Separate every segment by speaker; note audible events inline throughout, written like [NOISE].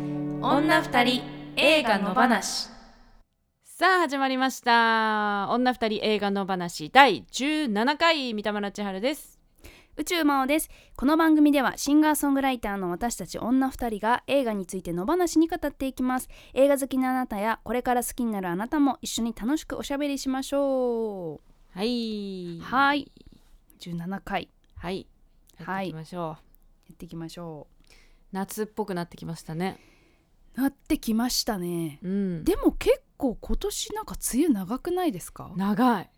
Speaker 1: 女二人映画の話
Speaker 2: さあ始まりました女二人映画の話第17回三田村千春です
Speaker 3: 宇宙魔王ですこの番組ではシンガーソングライターの私たち女二人が映画について野放しに語っていきます映画好きなあなたやこれから好きになるあなたも一緒に楽しくおしゃべりしましょ
Speaker 2: はい、
Speaker 3: うはい17回
Speaker 2: はいやっ
Speaker 3: は
Speaker 2: て
Speaker 3: い
Speaker 2: いきましょう、
Speaker 3: やっていきましょ
Speaker 2: 夏っぽくなってきましたね
Speaker 3: うなってきましたね
Speaker 2: うん
Speaker 3: でも結構今年なんか梅雨長くないですか
Speaker 2: 長い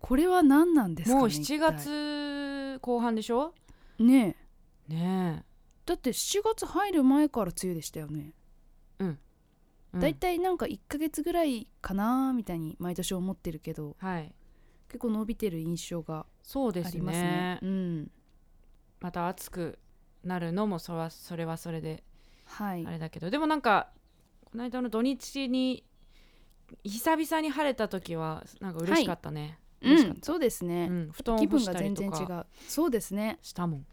Speaker 3: これは何なんですかね
Speaker 2: もう
Speaker 3: 一
Speaker 2: 7
Speaker 3: 体
Speaker 2: 月後半でしょ
Speaker 3: ねえ
Speaker 2: ね
Speaker 3: だって7月入る前から梅雨でしたよね
Speaker 2: え、うん
Speaker 3: だいたいなんか1ヶ月ぐらいかなみたいに毎年思ってるけど
Speaker 2: はい
Speaker 3: 結構伸びてる印象が
Speaker 2: そうで
Speaker 3: あ
Speaker 2: す
Speaker 3: り
Speaker 2: ね
Speaker 3: ま
Speaker 2: ます
Speaker 3: ね。うん、
Speaker 2: た暑くなるのもそはそれはそれで
Speaker 3: はい
Speaker 2: あ。れだけどでもなんかこの間の土日に久々に晴れた時はなんか嬉しかったね、
Speaker 3: う
Speaker 2: 嬉しかっ
Speaker 3: ん、そうです
Speaker 2: た、
Speaker 3: ね
Speaker 2: う。ん、布団を
Speaker 3: 気
Speaker 2: 干
Speaker 3: 分
Speaker 2: し
Speaker 3: が
Speaker 2: たり
Speaker 3: 全
Speaker 2: と
Speaker 3: 然違
Speaker 2: か
Speaker 3: う。そうですね。
Speaker 2: したもん、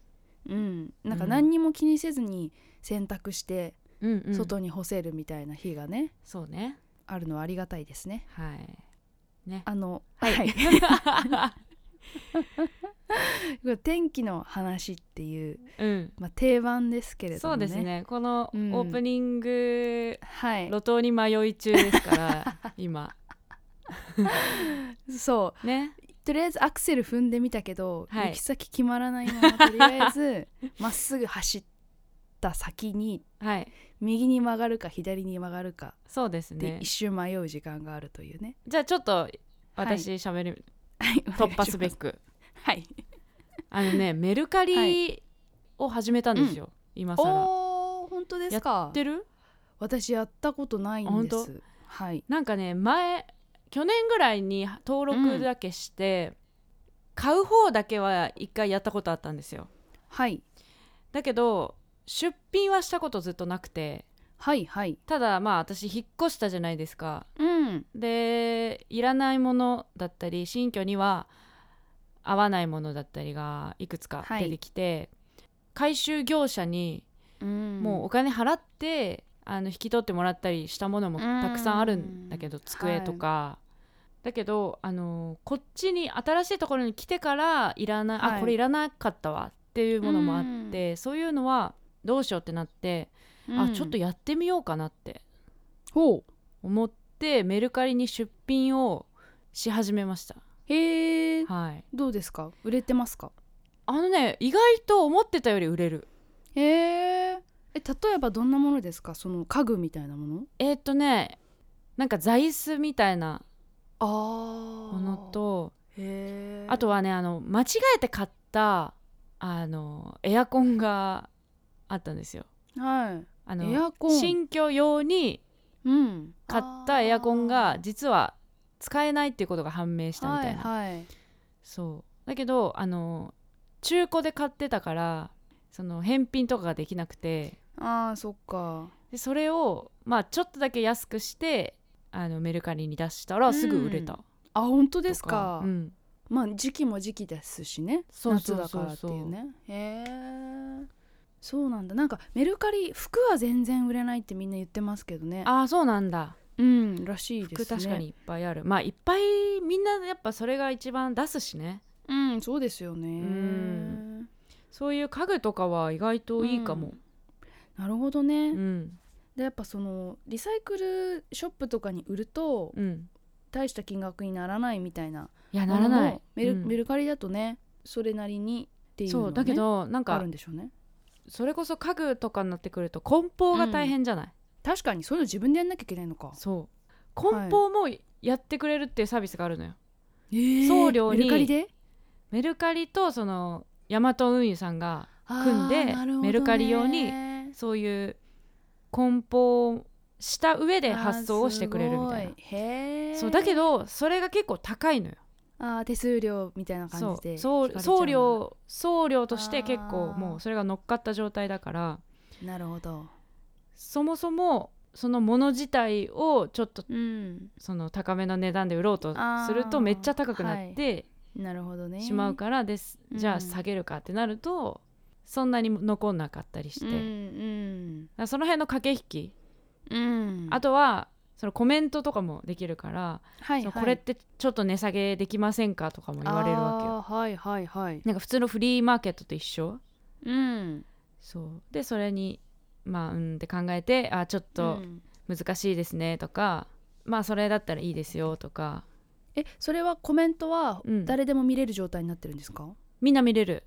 Speaker 3: うん、なんか
Speaker 2: うん
Speaker 3: 何にも気にせずに洗濯して
Speaker 2: うんうん、
Speaker 3: 外に干せるみたいな日がね、
Speaker 2: そうね
Speaker 3: あるのはありがたいですね。
Speaker 2: はいね
Speaker 3: あの、
Speaker 2: はい
Speaker 3: はい。 [LAUGHS] これ天気の話っていう、
Speaker 2: [LAUGHS] うん
Speaker 3: まあ、定番ですけれど
Speaker 2: そ
Speaker 3: も
Speaker 2: う
Speaker 3: ね。
Speaker 2: です。ねこのオ
Speaker 3: うん
Speaker 2: ープニング、
Speaker 3: はい。
Speaker 2: 路頭に迷い中ですから
Speaker 3: [LAUGHS]
Speaker 2: 今
Speaker 3: そう。
Speaker 2: ね
Speaker 3: とりあえずアクセル踏んでみたけど、
Speaker 2: はい
Speaker 3: 行き先決まらないままとりあえ
Speaker 2: [LAUGHS]
Speaker 3: ずまっすぐ走った先に
Speaker 2: はい
Speaker 3: 右に曲がるか左に曲がるか
Speaker 2: そうです
Speaker 3: で
Speaker 2: ね
Speaker 3: 一瞬迷う時間があるというね。
Speaker 2: じゃあちょっと私喋る、
Speaker 3: はい、
Speaker 2: [LAUGHS] 突破すべ
Speaker 3: お願いし
Speaker 2: く
Speaker 3: ます。はい。
Speaker 2: あのねメルカリを始めたんですよ、今更ら
Speaker 3: おお、本当ですか
Speaker 2: 知っ。てる
Speaker 3: 私やったことないんで
Speaker 2: あ本
Speaker 3: す。はい。
Speaker 2: なんかね前去年ぐらいに登録だけして、買う方だけは一回やったことあったんですよ
Speaker 3: はい。
Speaker 2: だけど出品はしたことずっとなくて
Speaker 3: はいはい。
Speaker 2: ただまあ私引っ越したじゃないですか
Speaker 3: うん。
Speaker 2: でいらないものだったり新居には合わないものだったりがいくつか
Speaker 3: はい
Speaker 2: 出てきて、回収業者に
Speaker 3: うん。
Speaker 2: もうお金払って、あの引き取ってもらったりしたものもたくさんあるんだけど、
Speaker 3: うん
Speaker 2: 机とか、だけどあのこっちに新しいところに来てからいらない、
Speaker 3: は
Speaker 2: あ
Speaker 3: い
Speaker 2: これいらなかったわっていうものもあって、そういうのはどうしようってなって、
Speaker 3: うん
Speaker 2: あちょっとやってみようかなって
Speaker 3: ほう。
Speaker 2: 思ってメルカリに出品をし始めました。
Speaker 3: へえ。
Speaker 2: はい、
Speaker 3: どうですか。売れてますか。
Speaker 2: あのね意外と思ってたより売れる。
Speaker 3: へえ。え、例えばどんなものですか。その家具みたいなもの。
Speaker 2: えーっとねなんか座椅子みたいな
Speaker 3: ああ。
Speaker 2: もの。と
Speaker 3: へえ。
Speaker 2: あとはねあの間違えて買ったあのエアコンがあったんですよ。
Speaker 3: は
Speaker 2: あ
Speaker 3: い。エ
Speaker 2: の
Speaker 3: アコン。
Speaker 2: 新居用に
Speaker 3: うん。
Speaker 2: 買ったエアコンが実は使えないっていうことが判明したみたいな。
Speaker 3: はいはい
Speaker 2: そうだけどあの中古で買ってたからその返品とかができなくて
Speaker 3: あーそっか
Speaker 2: でそれを、まあ、ちょっとだけ安くしてあのメルカリに出したらすぐ売れた
Speaker 3: う
Speaker 2: と
Speaker 3: んあ本当です
Speaker 2: か
Speaker 3: か、
Speaker 2: うん、
Speaker 3: まあ時期も時期ですしね
Speaker 2: そうそうそうそ
Speaker 3: 夏だ
Speaker 2: う
Speaker 3: からっていうねへえそうなんだなんかメルカリ服は全然売れないってみんな言ってますけどね
Speaker 2: ああそうなんだ
Speaker 3: うんらしいです
Speaker 2: 服
Speaker 3: ね
Speaker 2: 確かにいっぱいあるまあいっぱいみんなやっぱそれが一番出すしね
Speaker 3: うんそうですよね
Speaker 2: んそういう家具とかは意外といいかも
Speaker 3: なるほどね、
Speaker 2: うん
Speaker 3: でやっぱそのリサイクルショップとかに売ると
Speaker 2: うん、
Speaker 3: 大した金額にならないみたいない
Speaker 2: やならな
Speaker 3: もの
Speaker 2: い
Speaker 3: もメル,、
Speaker 2: うん
Speaker 3: メルカリだとねそれなりにっていうの
Speaker 2: そ
Speaker 3: は、ね、
Speaker 2: うだけどなん
Speaker 3: あ
Speaker 2: か
Speaker 3: るんでしょうね
Speaker 2: それこそ家具とかになってくると梱包が大変じゃない、
Speaker 3: 確かにそういうの自分でやんなきゃいけないのか、
Speaker 2: そう梱包もやってくれるっていうサービスがあるのよ、
Speaker 3: 送
Speaker 2: 送
Speaker 3: 料
Speaker 2: 料
Speaker 3: にメ
Speaker 2: に
Speaker 3: ルカリで
Speaker 2: メルカリとそのヤマト運輸さんが組んで
Speaker 3: あーなるほどね
Speaker 2: メルカリ用にそういう梱包した上で発送をしてくれるみたい
Speaker 3: あ
Speaker 2: な
Speaker 3: ーすごいへえ
Speaker 2: そうだけどそれが結構高いのよ
Speaker 3: あー手数料みたいな
Speaker 2: そ
Speaker 3: 感じ
Speaker 2: う
Speaker 3: で
Speaker 2: そう
Speaker 3: 引か
Speaker 2: 送
Speaker 3: れちゃうんだ
Speaker 2: 料送料として結構
Speaker 3: あー
Speaker 2: もうそれが乗っかった状態だから
Speaker 3: なるほど
Speaker 2: そもそもそのもの自体をちょっと
Speaker 3: うん
Speaker 2: その高めの値段で売ろうと
Speaker 3: あー
Speaker 2: するとめっちゃ高くなって
Speaker 3: なるほどね
Speaker 2: しまうからです、
Speaker 3: うん
Speaker 2: じゃあ下げるかってなるとそんなに残んなかったりして、
Speaker 3: うん
Speaker 2: だからその辺の駆け引き
Speaker 3: うん
Speaker 2: あとはそのコメントとかもできるから、
Speaker 3: はい
Speaker 2: そ
Speaker 3: は
Speaker 2: の
Speaker 3: い、
Speaker 2: これってちょっと値下げできませんかとかも言われるわけよ。
Speaker 3: あーはいはいはい
Speaker 2: なんか普通のフリーマーケットと一緒
Speaker 3: うん
Speaker 2: そうでそれにまあうんって考えてあちょっ
Speaker 3: う
Speaker 2: と
Speaker 3: ん
Speaker 2: 難しいですねとか、まあそれだったらいいですよとか
Speaker 3: えそれはコメントは
Speaker 2: うん
Speaker 3: 誰でも見れる状態になってるんですか、
Speaker 2: みんな見れる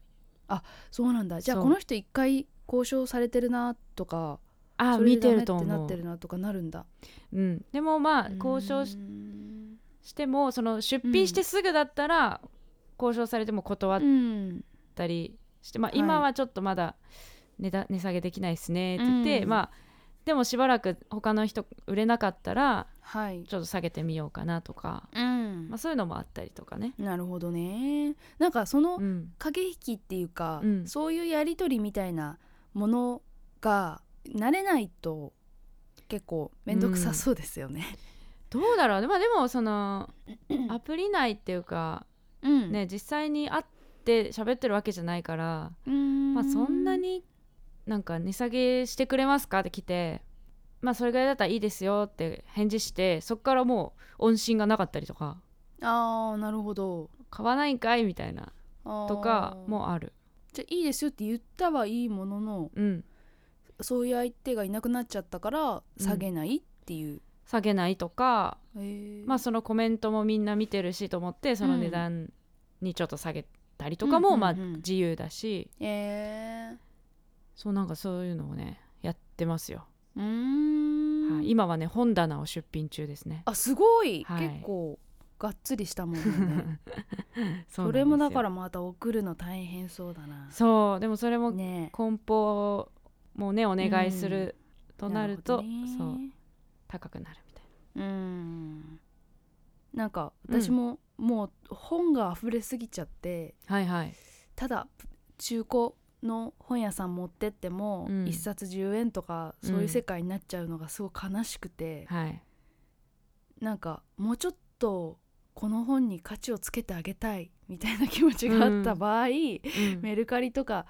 Speaker 3: そうなんだじゃあ
Speaker 2: そう
Speaker 3: この人一回交渉されてるなとか
Speaker 2: あ
Speaker 3: それ
Speaker 2: 見
Speaker 3: で
Speaker 2: て
Speaker 3: ダメ
Speaker 2: ると
Speaker 3: ってな
Speaker 2: 思
Speaker 3: っ
Speaker 2: う
Speaker 3: てるなとかなるんだ
Speaker 2: うん、でもまあ交渉し
Speaker 3: うーん
Speaker 2: してもその出品してすぐだったら交渉されても断っ
Speaker 3: うん
Speaker 2: たりして、まあ
Speaker 3: はい
Speaker 2: 今はちょっとまだ値段値下げできないですねって言って、
Speaker 3: うん
Speaker 2: まあでもしばらく他の人売れなかったら
Speaker 3: はい
Speaker 2: ちょっと下げてみようかなとか、
Speaker 3: うん
Speaker 2: まあ、そういうのもあったりとかね。
Speaker 3: なるほどねなんかその
Speaker 2: うん、
Speaker 3: 駆け引きっていうか、
Speaker 2: うん
Speaker 3: そういうやり取りみたいなものが慣れないと結構面倒くさそうですよね。
Speaker 2: どうだろうね、まあ、でもそのアプリ内っていうか、
Speaker 3: うん
Speaker 2: ね、実際に会って喋ってるわけじゃないから、
Speaker 3: うん
Speaker 2: まあ、そんなになんか値下げしてくれますかって来て、まあ、それぐらいだったらいいですよって返事してそこからもう音信がなかったりとか
Speaker 3: あーなるほど
Speaker 2: 買わないんかいみたいなと
Speaker 3: と
Speaker 2: かもある
Speaker 3: じゃあいいですよって言ったはいいものの
Speaker 2: うん
Speaker 3: そういう相手がいなくなっちゃったから
Speaker 2: うん
Speaker 3: 下げないっていう、
Speaker 2: 下げないとか、
Speaker 3: へー
Speaker 2: まあ、そのコメントもみんな見てるしと思ってその値段にちょっと下げたりとか
Speaker 3: うんう
Speaker 2: も
Speaker 3: ん
Speaker 2: まあ
Speaker 3: うん
Speaker 2: 自由だし
Speaker 3: へー
Speaker 2: そうなんかそういうのをねやってますよ、
Speaker 3: うーん
Speaker 2: はい、今はね本棚を出品中ですね
Speaker 3: あすごい、
Speaker 2: はい
Speaker 3: 結構がっつりしたものね
Speaker 2: [LAUGHS] そう
Speaker 3: そ
Speaker 2: なんですよ
Speaker 3: れもだからまた送るの大変そうだな
Speaker 2: そうでもそれも
Speaker 3: ね
Speaker 2: 梱包もねお願いする
Speaker 3: え
Speaker 2: となると、
Speaker 3: ほどね
Speaker 2: そう高くなるみたい
Speaker 3: うんなんか
Speaker 2: うん
Speaker 3: 私ももう本が溢れすぎちゃって、
Speaker 2: なはいはい
Speaker 3: ただ中古の本屋さん持ってっても、
Speaker 2: うん
Speaker 3: 1冊10円とかそういう世界になっちゃうのがすごい悲しくて、 [LAUGHS]
Speaker 2: はい
Speaker 3: なんかもうちょっとこの本に価値をつけてあげたいみたいな気持ちがあった場合、
Speaker 2: うん
Speaker 3: メルカリとか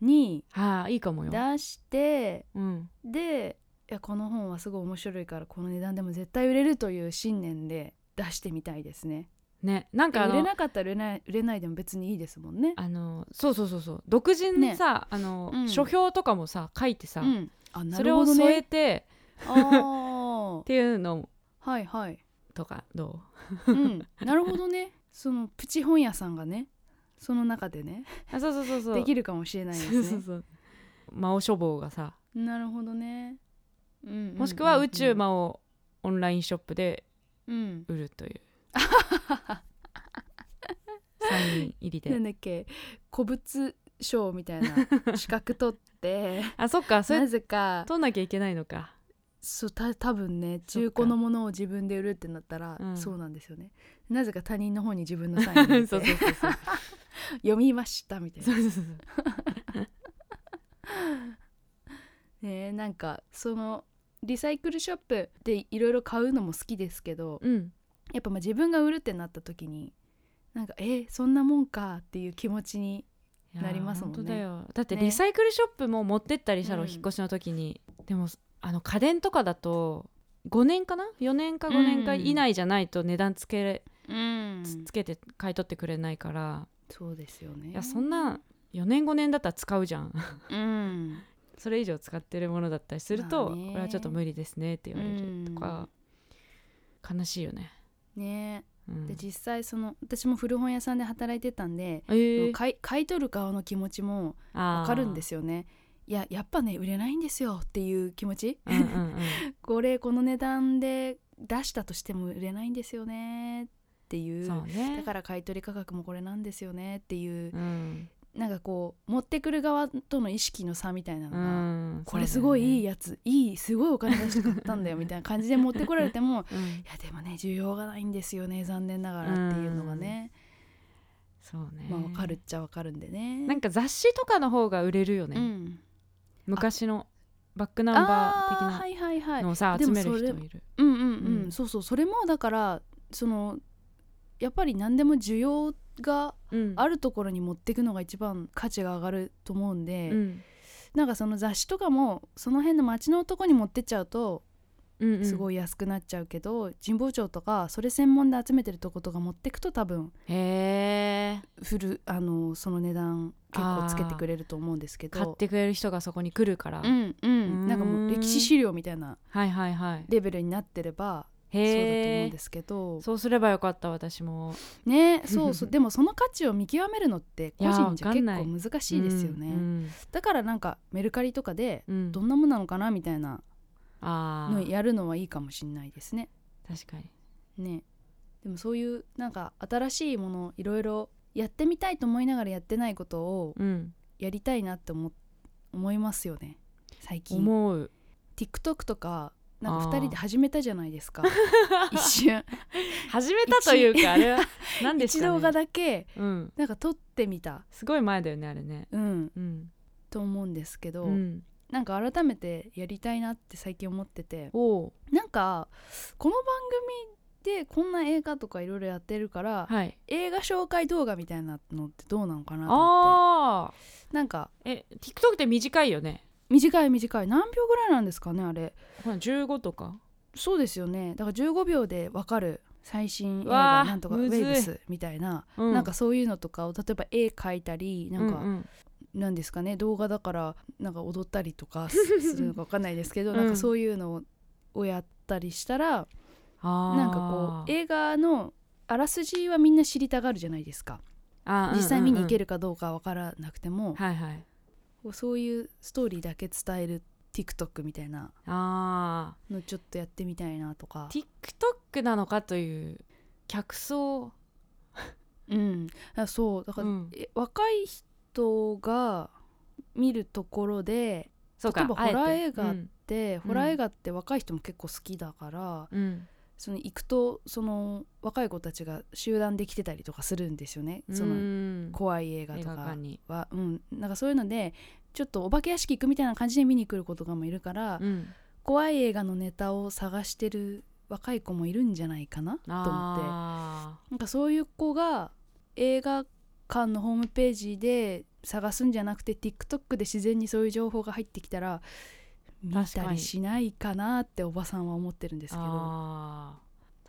Speaker 3: に
Speaker 2: はいいいかもよ、
Speaker 3: 出して
Speaker 2: うん、
Speaker 3: でいやこの本はすごい面白いからこの値段でも絶対売れるという信念で出してみたいですね。
Speaker 2: ねなんかあ
Speaker 3: 売れ
Speaker 2: の
Speaker 3: なかったら売れない売れないでも別にいいですもんね。
Speaker 2: あのそうそうそうそう独自にさ、あの
Speaker 3: うん
Speaker 2: 書評とかもさ書いてさ、
Speaker 3: うん、あな
Speaker 2: それ
Speaker 3: る
Speaker 2: を
Speaker 3: ほど
Speaker 2: 添え
Speaker 3: ね。
Speaker 2: て
Speaker 3: あー
Speaker 2: [LAUGHS] っていうの
Speaker 3: はい
Speaker 2: [LAUGHS]
Speaker 3: はい。
Speaker 2: とかど
Speaker 3: うん、なるほどね。そのプチ本屋さんがねその中でね [LAUGHS]
Speaker 2: うあそうそうそうそう
Speaker 3: できるかもしれないです
Speaker 2: そうそう
Speaker 3: ね。
Speaker 2: そう魔王書房がさ
Speaker 3: なるほどね。うんうんうんうん
Speaker 2: もしくは宇宙魔王オンラインショップで
Speaker 3: うん、
Speaker 2: 売るという [LAUGHS] 3人入りで
Speaker 3: なんだっけ古物商みたい
Speaker 2: [LAUGHS]
Speaker 3: な資格取って
Speaker 2: あそっかそれ
Speaker 3: なぜか
Speaker 2: 取んなきゃいけないのか
Speaker 3: そうた多分ね
Speaker 2: そっか
Speaker 3: 中古のものを自分で売るってなったら、
Speaker 2: うん
Speaker 3: そうなんですよねなぜか他人の方に自分のサインを入れて
Speaker 2: [LAUGHS] そうそうそうそう
Speaker 3: [LAUGHS] 読みましたみたい
Speaker 2: そ
Speaker 3: な
Speaker 2: うそうそう
Speaker 3: ねなんかそのリサイクルショップでいろいろ買うのも好きですけど
Speaker 2: うん
Speaker 3: やっぱまあ自分が売るってなった時になんかえーそんなもんかっていう気持ちに
Speaker 2: いやー
Speaker 3: なりますもんね
Speaker 2: 本当だよだって
Speaker 3: ね
Speaker 2: リサイクルショップも持ってったりしたの、
Speaker 3: うん
Speaker 2: 引っ越しの時にでもあの家電とかだと5年かな4年か5年か以内じゃないと値段つけ,、つつけて買い取ってくれないから
Speaker 3: そうですよね
Speaker 2: いやそんな4年5年だったら使うじゃん [LAUGHS]
Speaker 3: うん
Speaker 2: それ以上使ってるものだったりすると、
Speaker 3: まあね
Speaker 2: これはちょっと無理ですねって言われるとか、悲しいよね、
Speaker 3: ね
Speaker 2: うん
Speaker 3: で実際その私も古本屋さんで働いてたんで、
Speaker 2: えー
Speaker 3: 買い買い取る側の気持ちもわかるんで、すよねいややっぱね売れないんですよっていう気持ち
Speaker 2: あーうんうんうん
Speaker 3: これこの値段で出したとしても売れないんですよねって [LAUGHS] いう
Speaker 2: そうね
Speaker 3: だから買い取り価格もこれなんですよねっていう
Speaker 2: う、ん
Speaker 3: なんかこう持ってくる側との意識の差みたいなの
Speaker 2: う
Speaker 3: が、
Speaker 2: ん、
Speaker 3: これすごいいい
Speaker 2: や、
Speaker 3: やつ、いいすごいお金出して買ったんだよみたいな感じで持ってこられても
Speaker 2: うん
Speaker 3: いやでもね需要がないんですよね残念ながらっていうのがね、
Speaker 2: そうね
Speaker 3: まあわかるっちゃわかるんでね
Speaker 2: なんか雑誌とかの方が売れるよね、
Speaker 3: うん、
Speaker 2: 昔のバックナンバー的
Speaker 3: あーはいはいはい
Speaker 2: なのをさ
Speaker 3: で
Speaker 2: 集
Speaker 3: も
Speaker 2: める
Speaker 3: それ
Speaker 2: 人もいる
Speaker 3: うんうんうん、
Speaker 2: うん
Speaker 3: そうそうそれもだからそのやっぱり何でも需要が
Speaker 2: うん
Speaker 3: あ
Speaker 2: る、
Speaker 3: るところに持っていくのが一番価値が上がると思うんで、
Speaker 2: うん
Speaker 3: なんかその雑誌とかもその辺の街の男に持ってっちゃうと
Speaker 2: うんうん、
Speaker 3: すごい安くなっちゃうけど、神保町とかそれ専門で集めてるとことか持ってくと多分
Speaker 2: へえ
Speaker 3: フルあのその値段結構つけてくれると思うんですけど
Speaker 2: 買ってくれる人がそこに来るから、
Speaker 3: うんうん、なんかもう歴史資料みたいな
Speaker 2: はいはいはい
Speaker 3: レベルになってればそうだと思う
Speaker 2: へ
Speaker 3: ん
Speaker 2: え
Speaker 3: ですけど
Speaker 2: そうすればよかった私も
Speaker 3: ねそうそうでもその価値を見極めるのって個人じゃ
Speaker 2: いや
Speaker 3: 結
Speaker 2: わか
Speaker 3: 構
Speaker 2: ん
Speaker 3: 難しいですよね、
Speaker 2: うん
Speaker 3: だからなんかメルカリとかで
Speaker 2: うんうん
Speaker 3: どんなもんなのかなみたいな
Speaker 2: あ
Speaker 3: の
Speaker 2: ー
Speaker 3: やるのはいいかもしれないですね。
Speaker 2: 確かに
Speaker 3: ねでもそういうなんか新しいものいろいろやってみたいと思いながらやってないことを
Speaker 2: うん
Speaker 3: やりたいなって思思いますよね最近。
Speaker 2: 思う
Speaker 3: TikTok とかなんか
Speaker 2: あー
Speaker 3: 2人で始めたじゃない
Speaker 2: [LAUGHS]
Speaker 3: ですか一瞬
Speaker 2: 始めたというかあれは何でし
Speaker 3: 一
Speaker 2: た
Speaker 3: 動画
Speaker 2: ね
Speaker 3: だけ
Speaker 2: うん
Speaker 3: なんか撮ってみた、
Speaker 2: すごい前だよねあれね
Speaker 3: うん、
Speaker 2: うん
Speaker 3: と思うんですけど、
Speaker 2: うん
Speaker 3: なんか改めてやりたいなって最近思ってて
Speaker 2: おう
Speaker 3: なんかこの番組でこんな映画とかいろいろやってるから、
Speaker 2: はい
Speaker 3: 映画紹介動画みたいなのってどうなのかなと思っ
Speaker 2: ああ
Speaker 3: てなんか
Speaker 2: え TikTok って短いよね
Speaker 3: 短い短い何秒ぐらいなんですかねあれ
Speaker 2: ほら15とか
Speaker 3: そうですよねだから15秒でわかる最新映
Speaker 2: うわ
Speaker 3: 画
Speaker 2: ー
Speaker 3: なんとかウェ
Speaker 2: むずい
Speaker 3: ーブスみたいな、
Speaker 2: う
Speaker 3: なんかそういうのとかを例えば絵描いたりなんか、
Speaker 2: うんうん
Speaker 3: なんですかね動画だからなんか踊ったりとかすするのかわかんないですけど、なんかそういうのをやったりしたら
Speaker 2: あー
Speaker 3: なんかこう映画のあらすじはみんな知りたがるじゃないですか
Speaker 2: あー
Speaker 3: 実際見に行け
Speaker 2: る、
Speaker 3: るかどうかわからなくても、
Speaker 2: はいはい
Speaker 3: こうそういうストーリーだけ伝える TikTok みたいな
Speaker 2: あ
Speaker 3: のちょっとやってみたいなとか
Speaker 2: あ、TikTok なのかという客層
Speaker 3: うん、あそうだから、
Speaker 2: うん
Speaker 3: え若い人が見るところで
Speaker 2: そうか
Speaker 3: 例えばホラー
Speaker 2: あえて
Speaker 3: 映画
Speaker 2: うん
Speaker 3: で
Speaker 2: ん
Speaker 3: ホラー映画って若い人も結構好きだから、
Speaker 2: うん
Speaker 3: その行くとその若い子たちが集団で来てたりとかするんですよね、その
Speaker 2: の
Speaker 3: 怖い映画
Speaker 2: 映
Speaker 3: と
Speaker 2: 画
Speaker 3: か
Speaker 2: 館に、
Speaker 3: は、うん、なんかそういうのでちょっとお化け屋敷行くみたいな感じで見に来る子とかもいるから、
Speaker 2: うん、
Speaker 3: 怖い映画のネタを探してる若い子もいるんじゃないかなと思って。
Speaker 2: あ
Speaker 3: なんかそういう子が映画館のホームページで探すんじゃなくて TikTok で自然にそういう情報が入ってきたら見
Speaker 2: かに
Speaker 3: たりしないかなっておばさんは思ってるんです
Speaker 2: ー
Speaker 3: けど
Speaker 2: あ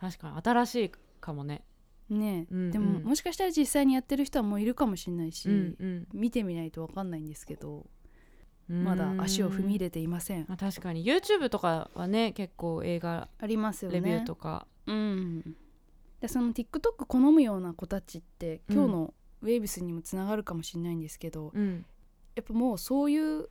Speaker 2: ー確かに新しいかもね、
Speaker 3: ねえ、
Speaker 2: うんうん
Speaker 3: でももしかしたら実際にやってる人はもういるかもしれないし、
Speaker 2: うん
Speaker 3: 見てみないとわかんないんですけど
Speaker 2: うん、
Speaker 3: まだ足を踏み入
Speaker 2: れ
Speaker 3: れていません
Speaker 2: まあ、確かに YouTube とかはね結構映画
Speaker 3: ありますよね
Speaker 2: レビューとか、
Speaker 3: うんでその TikTok 好むような子たちって
Speaker 2: うん
Speaker 3: 今日のウェーブスにもつながるかもしれないんですけど、
Speaker 2: うん、
Speaker 3: やっぱもうそういう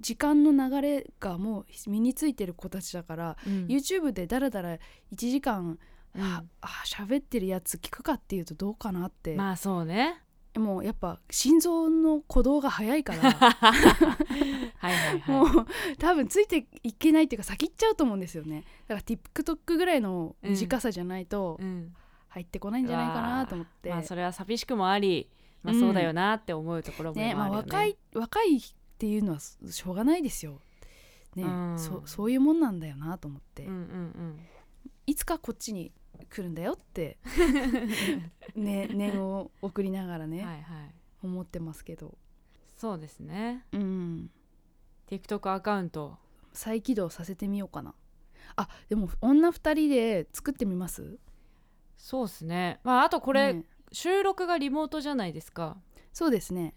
Speaker 3: 時間の流れがもう身についてる子たちだから、
Speaker 2: うん
Speaker 3: YouTube でだらだら1時間、
Speaker 2: うん
Speaker 3: はあ喋ってるやつ聞くかっていうとどうかなって、
Speaker 2: まあそうね
Speaker 3: もうやっぱ心臓の鼓動が早いか
Speaker 2: [LAUGHS]
Speaker 3: ら
Speaker 2: はいはい
Speaker 3: も
Speaker 2: は
Speaker 3: う多分ついていけないっていうか先行っちゃうと思うんですよねだから TikTok ぐらいの短さじゃないと
Speaker 2: い、うん
Speaker 3: 入ってこないんじゃないかなと思って、
Speaker 2: まあそれは寂しくもあり、まあ、
Speaker 3: うん
Speaker 2: そうだよなって思うところもあるよ
Speaker 3: ね
Speaker 2: ね,、
Speaker 3: まあ、若い若いっていうのはししょうがないですよ、ね
Speaker 2: うん
Speaker 3: そそういうもんなんだよなと思って、
Speaker 2: うんうん
Speaker 3: いつかこっちに来るんだよ
Speaker 2: [LAUGHS]
Speaker 3: って、ね、念を送りながら
Speaker 2: う
Speaker 3: ね、
Speaker 2: ん、はいはい
Speaker 3: 思ってますけど、
Speaker 2: そうですね
Speaker 3: うん
Speaker 2: TikTok アカウント
Speaker 3: 再起動させてみようかなあでも女2人で作ってみます
Speaker 2: そうですねまああとこれ、
Speaker 3: ね
Speaker 2: 収録がリモートじゃないですか
Speaker 3: そうですね、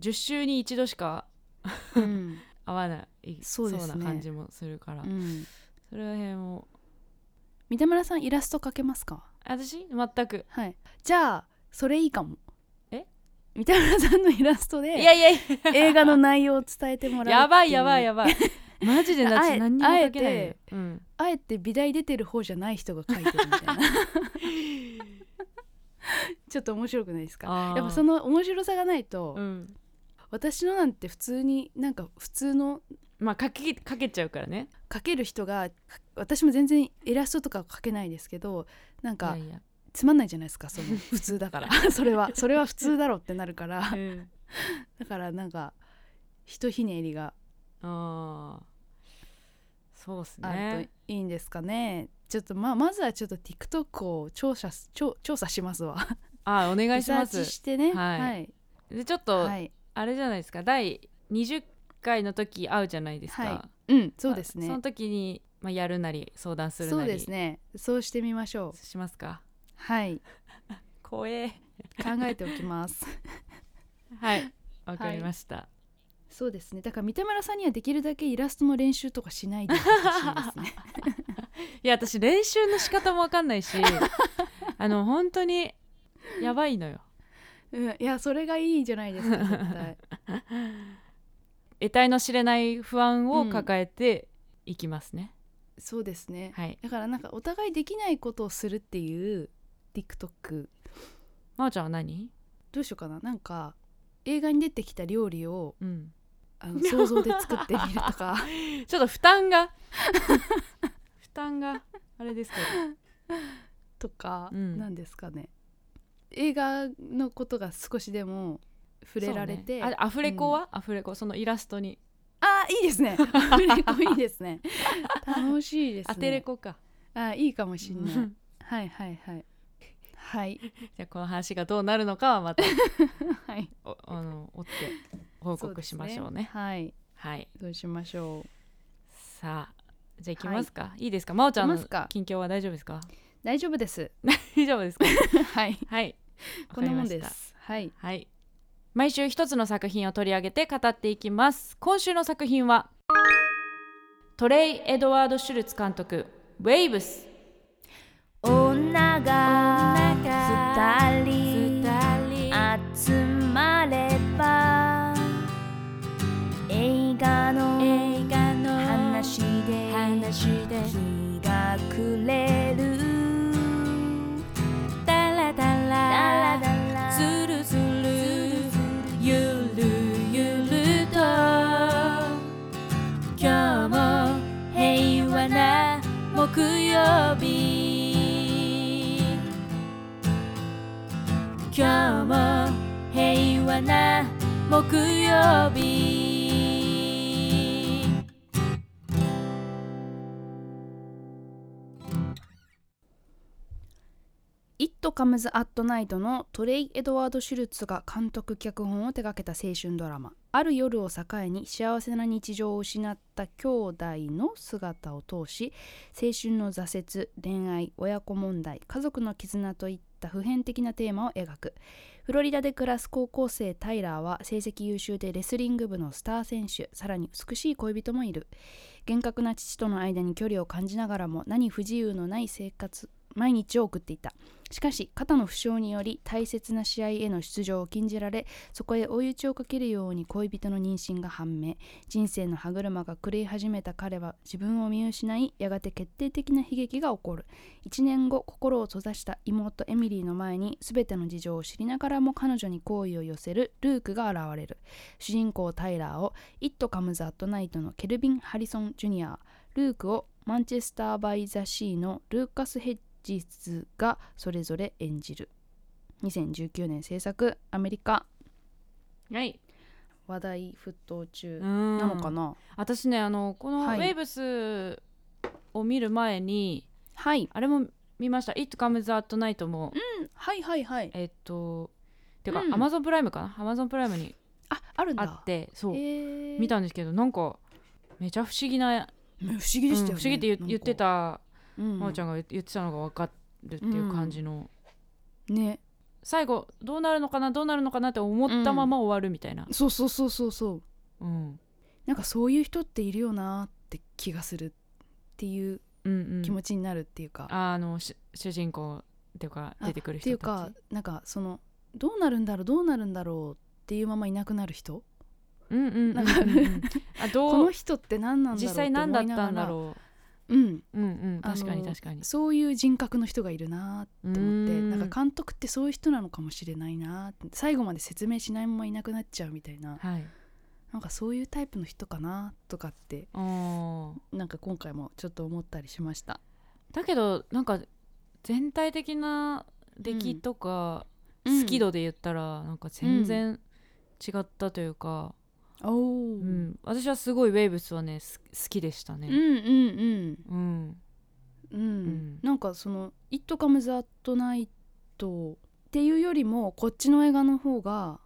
Speaker 2: 10週に一度しか
Speaker 3: うん
Speaker 2: 合わない
Speaker 3: そうですね
Speaker 2: な感じもするから、
Speaker 3: [LAUGHS] うん
Speaker 2: それら辺も
Speaker 3: 三田村さんイラスト描けますか
Speaker 2: 私全く
Speaker 3: はいじゃあそれいいかも
Speaker 2: え
Speaker 3: 三田村さんのイラスト
Speaker 2: い
Speaker 3: で
Speaker 2: やいやい
Speaker 3: 映画の内容を伝えてもらう
Speaker 2: ややばいやばい
Speaker 3: や [LAUGHS]
Speaker 2: やばいマジでな
Speaker 3: あえ
Speaker 2: 何にも書けな
Speaker 3: あ
Speaker 2: い
Speaker 3: え
Speaker 2: よ、うん、
Speaker 3: あえて美大出てる方じゃない人が書いてるみ
Speaker 2: [LAUGHS]
Speaker 3: たいなちょっと面白くないですか
Speaker 2: あー
Speaker 3: やっぱその面白さがないと、
Speaker 2: うん、
Speaker 3: 私のなんて普通になんか普通の
Speaker 2: まあ書き書けちゃうからね
Speaker 3: 描ける人がか私も全然イラストとかは描けないですけどなん
Speaker 2: いや
Speaker 3: か
Speaker 2: いや、
Speaker 3: つまんないじゃないですかその
Speaker 2: [LAUGHS]
Speaker 3: 普通だからそれはそれは普通だろうってなるから
Speaker 2: うん、
Speaker 3: だからなんかひとひねりが
Speaker 2: ああそうっす
Speaker 3: ある
Speaker 2: ね
Speaker 3: といいんですかねちょっとまあまずはちょっと TikTok を調査す調調査しますわ
Speaker 2: あお願いしま
Speaker 3: リサーチ
Speaker 2: す
Speaker 3: してね
Speaker 2: はい
Speaker 3: はい
Speaker 2: でちょっと、
Speaker 3: はい
Speaker 2: あれじゃないですか第20回の時会うじゃないですか、
Speaker 3: はいうんそうです
Speaker 2: そ
Speaker 3: ね
Speaker 2: の時にまあ、やるなり相談する
Speaker 3: そう
Speaker 2: な
Speaker 3: で
Speaker 2: り
Speaker 3: すねそうしてみましょう
Speaker 2: しますか
Speaker 3: はい
Speaker 2: 怖え
Speaker 3: 考えておきます
Speaker 2: [LAUGHS] はいわかりました、
Speaker 3: そうですねだから三田村さんにはできるだけイラストの練習とかしないでほしいです
Speaker 2: [LAUGHS]
Speaker 3: ね
Speaker 2: い、や私練習の仕方もわかん [LAUGHS] ないしあの本当にやばいのよ
Speaker 3: うんいやそれがいいじゃない
Speaker 2: [LAUGHS]
Speaker 3: ですか絶対
Speaker 2: 得体の知れない不安を抱えていきますね、
Speaker 3: そうですね
Speaker 2: はい
Speaker 3: だからなんかお互いできないことをするっていう TikTok
Speaker 2: まおちゃんは何
Speaker 3: どうしようかななんか映画に出てきた料理を
Speaker 2: うん
Speaker 3: あの想像で作ってみるとか
Speaker 2: ちょっと負担が [LAUGHS] 負担があれです [LAUGHS] け
Speaker 3: とか
Speaker 2: うん
Speaker 3: なんですかね、映画のことが少しでも触
Speaker 2: ど
Speaker 3: れられて、
Speaker 2: そうねあアフレコは、アフレコそのイラストに、
Speaker 3: あいいです
Speaker 2: [LAUGHS]
Speaker 3: ねアフレコいいですね楽しいですね
Speaker 2: アテレコか
Speaker 3: あいいかもしんな
Speaker 2: う
Speaker 3: い
Speaker 2: ん
Speaker 3: はいはいはいはい
Speaker 2: じゃあこの話がどうなるのかはまた
Speaker 3: はい
Speaker 2: おあの追って [LAUGHS] 報
Speaker 3: そう
Speaker 2: 告
Speaker 3: です
Speaker 2: しましょうね
Speaker 3: はい
Speaker 2: はい
Speaker 3: そうしましょう
Speaker 2: さあじゃあ行きますか、い、いですかまおちゃ
Speaker 3: 行
Speaker 2: んの
Speaker 3: きますか
Speaker 2: 近況は大丈夫ですか
Speaker 3: 大丈夫です
Speaker 2: [LAUGHS] 大丈夫
Speaker 3: [LAUGHS]
Speaker 2: ですか
Speaker 3: はい
Speaker 2: はいわ
Speaker 3: こ
Speaker 2: か
Speaker 3: ん
Speaker 2: り
Speaker 3: なも
Speaker 2: ま
Speaker 3: ん
Speaker 2: した
Speaker 3: ですはい
Speaker 2: はい毎週一つの作品を取り上げて語っていきます今週の作品はトレイ・エドワード・シュルツ監督「ウェイブス
Speaker 1: 女が二人集まれば映画の話で日が暮れるダラダラズルズルゆるゆると今日も平和な木曜日今日も平和な木曜日」
Speaker 3: 「イット・カムズ・アット・ナイト」のトレイ・エドワード・シュルツが監督脚本を手掛けた青春ドラマ「ある夜を境に幸せな日常を失った兄弟の姿を通し青春の挫折恋愛親子問題家族の絆といった普遍的なテーマを描くフロリダで暮らす高校生タイラーは成績優秀でレスリング部のスター選手さらに美しい恋人もいる厳格な父との間に距離を感じながらも何不自由のない生活毎日を送っていたしかし肩の負傷により大切な試合への出場を禁じられそこへ追い打ちをかけるように恋人の妊娠が判明人生の歯車が狂い始めた彼は自分を見失いやがて決定的な悲劇が起こる1年後心を閉ざした妹エミリーの前に全ての事情を知りながらも彼女に好意を寄せるルークが現れる主人公タイラーを「イット・カムズ・アット・ナイト」のケルビン・ハリソン・ジュニアルークをマンチェスター・バイ・ザ・シーのルーカス・ヘッジズがそれぞれ演じる2019年制作アメリカ」
Speaker 2: はい
Speaker 3: 話題沸騰中な
Speaker 2: な
Speaker 3: のかな、
Speaker 2: 私ねあのこの「ウ
Speaker 3: はい
Speaker 2: ェイブスを見る前に、
Speaker 3: はい
Speaker 2: あれも見ました「It Comes at Night も」
Speaker 3: はいはいはい
Speaker 2: えっとていうか、
Speaker 3: うん
Speaker 2: Amazon プライムかな Amazon プライムに
Speaker 3: ああるん
Speaker 2: あ
Speaker 3: だ
Speaker 2: ってそう、
Speaker 3: えー
Speaker 2: 見たんですけどなんかめちゃ不思議な、
Speaker 3: うん不思議で
Speaker 2: う
Speaker 3: したよ
Speaker 2: ん不
Speaker 3: ね、
Speaker 2: 思議って言言ってた
Speaker 3: なんか、
Speaker 2: まおちゃ
Speaker 3: ん
Speaker 2: んが言言ってたのが分かるっていう感じの、
Speaker 3: ね
Speaker 2: 最後どうなるのかなどうなるのかなって思ったまま終わるみたいな、
Speaker 3: そうそうそうそうそう
Speaker 2: うん
Speaker 3: なんかそういう人っているよなって気がするっていう
Speaker 2: うんうん
Speaker 3: 気持ちになるっていうか、
Speaker 2: あのし主人公っていうか
Speaker 3: あ
Speaker 2: 出てくる
Speaker 3: ってい
Speaker 2: 人
Speaker 3: う
Speaker 2: た
Speaker 3: かなんかそのどうなるんだろうどうなるんだろうっていうままいなくなる人
Speaker 2: ちうんうんうんうんう
Speaker 3: なん
Speaker 2: ん
Speaker 3: か
Speaker 2: あ
Speaker 3: この
Speaker 2: どう
Speaker 3: 人って何なんだろう
Speaker 2: 実際何だったんだ
Speaker 3: う
Speaker 2: ろ
Speaker 3: うん
Speaker 2: ううんうん
Speaker 3: あの
Speaker 2: 確かに確かに
Speaker 3: そういう人格の人がいるなって思って
Speaker 2: うーん
Speaker 3: なんか監督ってそういう人なのかもしれないなって最後まで説明しないままいなくなっちゃうみたいな
Speaker 2: はい
Speaker 3: なんかそういうタイプの人かなとかって
Speaker 2: あー
Speaker 3: なんか今回もちょっと思ったりしました
Speaker 2: だけどなんか全体的な出来とか、
Speaker 3: うん
Speaker 2: 好き度で言ったらなんか全然違ったというか、
Speaker 3: おお、う
Speaker 2: うん
Speaker 3: ん、
Speaker 2: 私はすごいウェーブスはねす好きでした
Speaker 3: う
Speaker 2: ね。
Speaker 3: んうん
Speaker 2: うん、
Speaker 3: うん、
Speaker 2: ん
Speaker 3: なんかその「イット・カムズ・アット・ナイト」っていうよりもこっちの映画の方が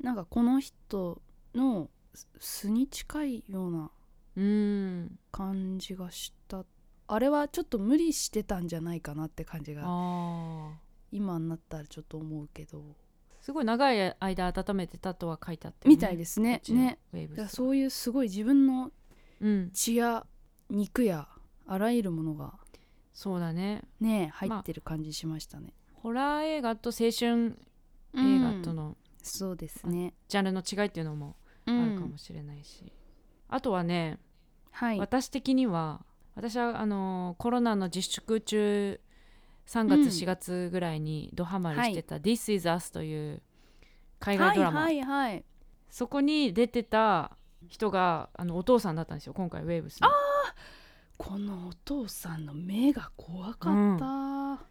Speaker 3: なんかこの人の素に近いような
Speaker 2: うん
Speaker 3: 感じがしたあれはちょっと無理してたんじゃないかなって感じが
Speaker 2: ああ
Speaker 3: 今になったらちょっと思うけど
Speaker 2: すごい長い間温めてたとは書いてあって、
Speaker 3: みたいですね
Speaker 2: こっちの
Speaker 3: ね
Speaker 2: ウェーブ
Speaker 3: だか
Speaker 2: ス
Speaker 3: らそういうすごい自分の
Speaker 2: うん
Speaker 3: 血や肉やあらゆるものが
Speaker 2: そうだね
Speaker 3: ね入ってる感じしましたね、
Speaker 2: ホラー映画と青春
Speaker 3: うん
Speaker 2: 映画との
Speaker 3: そうですね
Speaker 2: ジャンルの違いっていうのも
Speaker 3: あ
Speaker 2: あるかもしれないし、あとはね
Speaker 3: はい
Speaker 2: 私的には私はあのコロナの自粛中3
Speaker 3: うん
Speaker 2: 月4月ぐらいにドハマりしてた「This is Us」という海外ドラマ、
Speaker 3: はいはいはい
Speaker 2: そこに出てた人があのお父さんだったんですよ今回ウェーブスの
Speaker 3: このお父さんの目が怖かった、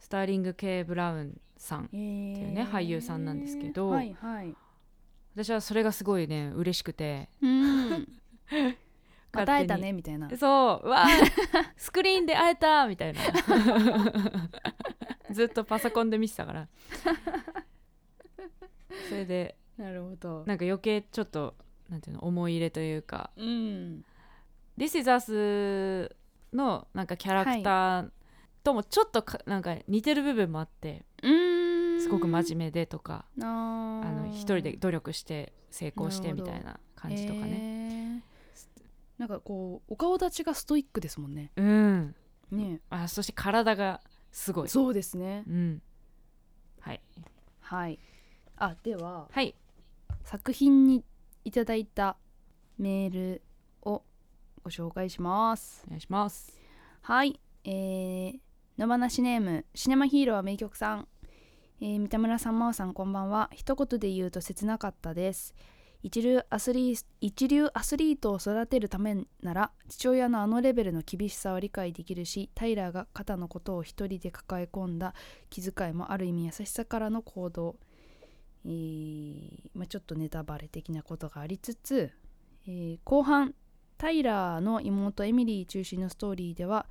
Speaker 2: スターリング・ケイ・ブラウンさん
Speaker 3: えー
Speaker 2: っていうね俳優さんなんですけど
Speaker 3: はい
Speaker 2: [LAUGHS]
Speaker 3: はい
Speaker 2: 私はそれがすごいね嬉しくて
Speaker 3: うん
Speaker 2: 勝手に
Speaker 3: 与えたねみたいな
Speaker 2: そう
Speaker 3: [LAUGHS]
Speaker 2: うわあスクリーンで会えたみたいなずっとパソコンで見てたからそれで
Speaker 3: なるほど
Speaker 2: なんか余計ちょっとなんていうの思い入れというか
Speaker 3: うん
Speaker 2: 「This is Us」のなんかキャラクターともちょっとかなんか似てる部分もあって
Speaker 3: うん
Speaker 2: すごく真面目でとか
Speaker 3: 目あ
Speaker 2: あ
Speaker 3: ー
Speaker 2: の一人で努力して成功して
Speaker 3: なる
Speaker 2: み
Speaker 3: ほど
Speaker 2: たいな感じとかね。
Speaker 3: へーなんかこうお顔立ちがストイックですもんね
Speaker 2: うん
Speaker 3: ね
Speaker 2: あそして体がすごい。
Speaker 3: そうですね
Speaker 2: うんはい、
Speaker 3: はいあでは
Speaker 2: はい
Speaker 3: 作品にいただいたメールをご紹介します
Speaker 2: お願いします。
Speaker 3: はい、えー、野放しネームシネマヒーローは名曲さん、えー三田村さん真央さんこんばんは一言で言うと切なかったです一流アスリー一流アスリートを育てるためなら父親のあのレベルの厳しさは理解できるしタイラーが肩のことを一人で抱え込んだ気遣いもある意味優しさからの行動、えーまあ、ちょっとネタバレ的なことがありつつ、えー後半タイラーの妹エミリー中心のストーリーでは、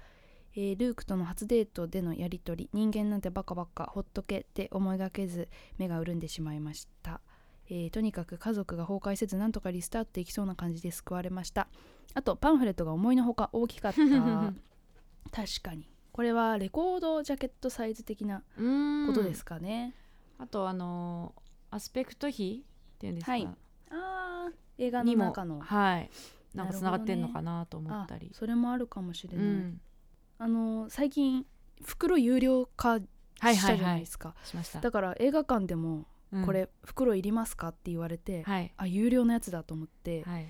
Speaker 3: えールークとの初デートでのやり取り人間なんてバカバカほっとけって思いがけず目が潤んでしまいました、えーとにかく家族が崩壊せずなんとかリスタートできそうな感じで救われましたあとパンフレットが思いのほか大きかった確かにこれはレコードジャケットサイズ的な
Speaker 2: うん
Speaker 3: ことですかね、
Speaker 2: あとあのーアスペクト比っていうんですか、
Speaker 3: はいあー映画の
Speaker 2: にも
Speaker 3: 中の
Speaker 2: はいなん
Speaker 3: なるほど
Speaker 2: か
Speaker 3: ね
Speaker 2: つながってんのかなと思
Speaker 3: あ
Speaker 2: ったり、
Speaker 3: それもあるかもしれ
Speaker 2: う
Speaker 3: ない、
Speaker 2: ん、
Speaker 3: あの最近袋有料化
Speaker 2: はい
Speaker 3: し
Speaker 2: は
Speaker 3: た
Speaker 2: い
Speaker 3: じゃ
Speaker 2: は
Speaker 3: ない
Speaker 2: い
Speaker 3: ですか、
Speaker 2: しました
Speaker 3: だから映画館でも「
Speaker 2: うん
Speaker 3: これ袋いりますか?」って言われて、
Speaker 2: はい
Speaker 3: あ有料のやつだと思って「
Speaker 2: はい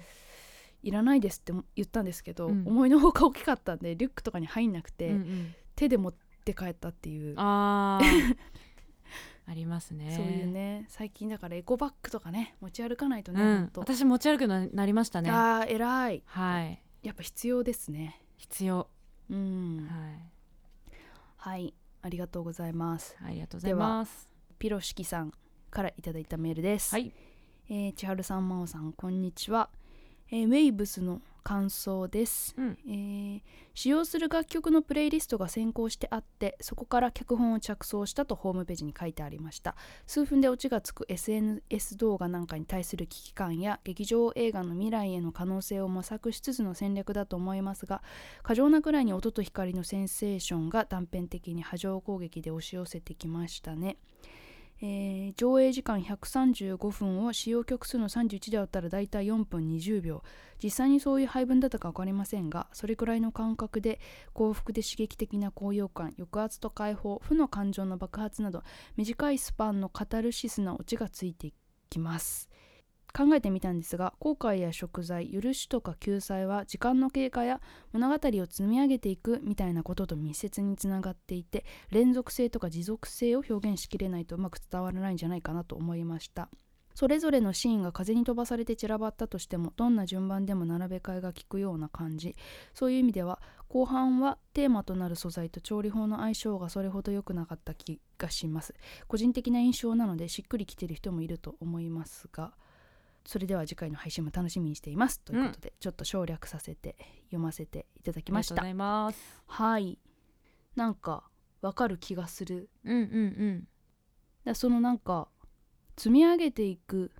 Speaker 3: い、らないです」って言ったんですけど、
Speaker 2: うん
Speaker 3: 思いのほか大きかったんでリュックとかに入んなくて、
Speaker 2: うんうん
Speaker 3: 手で持って帰ったっていう、
Speaker 2: あ [LAUGHS] ーありますね
Speaker 3: そういうね最近だからエコバッグとかね持ち歩かないと
Speaker 2: う
Speaker 3: ね、
Speaker 2: ん、
Speaker 3: ほんと
Speaker 2: 私持ち歩くようになりましたね
Speaker 3: あー偉い
Speaker 2: はい
Speaker 3: やっぱ必要ですね
Speaker 2: 必要、
Speaker 3: うん
Speaker 2: はい
Speaker 3: はいありがとうございます
Speaker 2: ありがとうございます
Speaker 3: ピロシキさんからいただいたメールです
Speaker 2: はい
Speaker 3: えー、千春さん真央さんこんにちは、えーウェイブスの感想です、
Speaker 2: うん
Speaker 3: えー使用する楽曲のプレイリストが先行してあってそこから脚本を着想したとホームページに書いてありました数分でオチがつく SNS 動画なんかに対する危機感や劇場映画の未来への可能性を模索しつつの戦略だと思いますが過剰なくらいに音と光のセンセーションが断片的に波状攻撃で押し寄せてきましたねえー上映時間135分を使用曲数の31で割ったらだいたい4分20秒実際にそういう配分だったか分かりませんがそれくらいの感覚で幸福で刺激的な高揚感抑圧と解放負の感情の爆発など短いスパンのカタルシスなオチがついてきます考えてみたんですが後悔や贖罪許しとか救済は時間の経過や物語を積み上げていくみたいなことと密接につながっていて連続性とか持続性を表現しきれないとうまく伝わらないんじゃないかなと思いましたそれぞれのシーンが風に飛ばされて散らばったとしてもどんな順番でも並べ替えが効くような感じそういう意味では後半はテーマとなる素材と調理法の相性がそれほど良くなかった気がします個人的な印象なのでしっくりきてる人もいると思いますがそれでは次回の配信も楽しみにしていますということで、ちょっと省略させて読ませていただきまし
Speaker 2: ありがとうご
Speaker 3: た
Speaker 2: ざいます
Speaker 3: はいなんかわかる気がする
Speaker 2: うんうん
Speaker 3: だそのなんか積み上げていく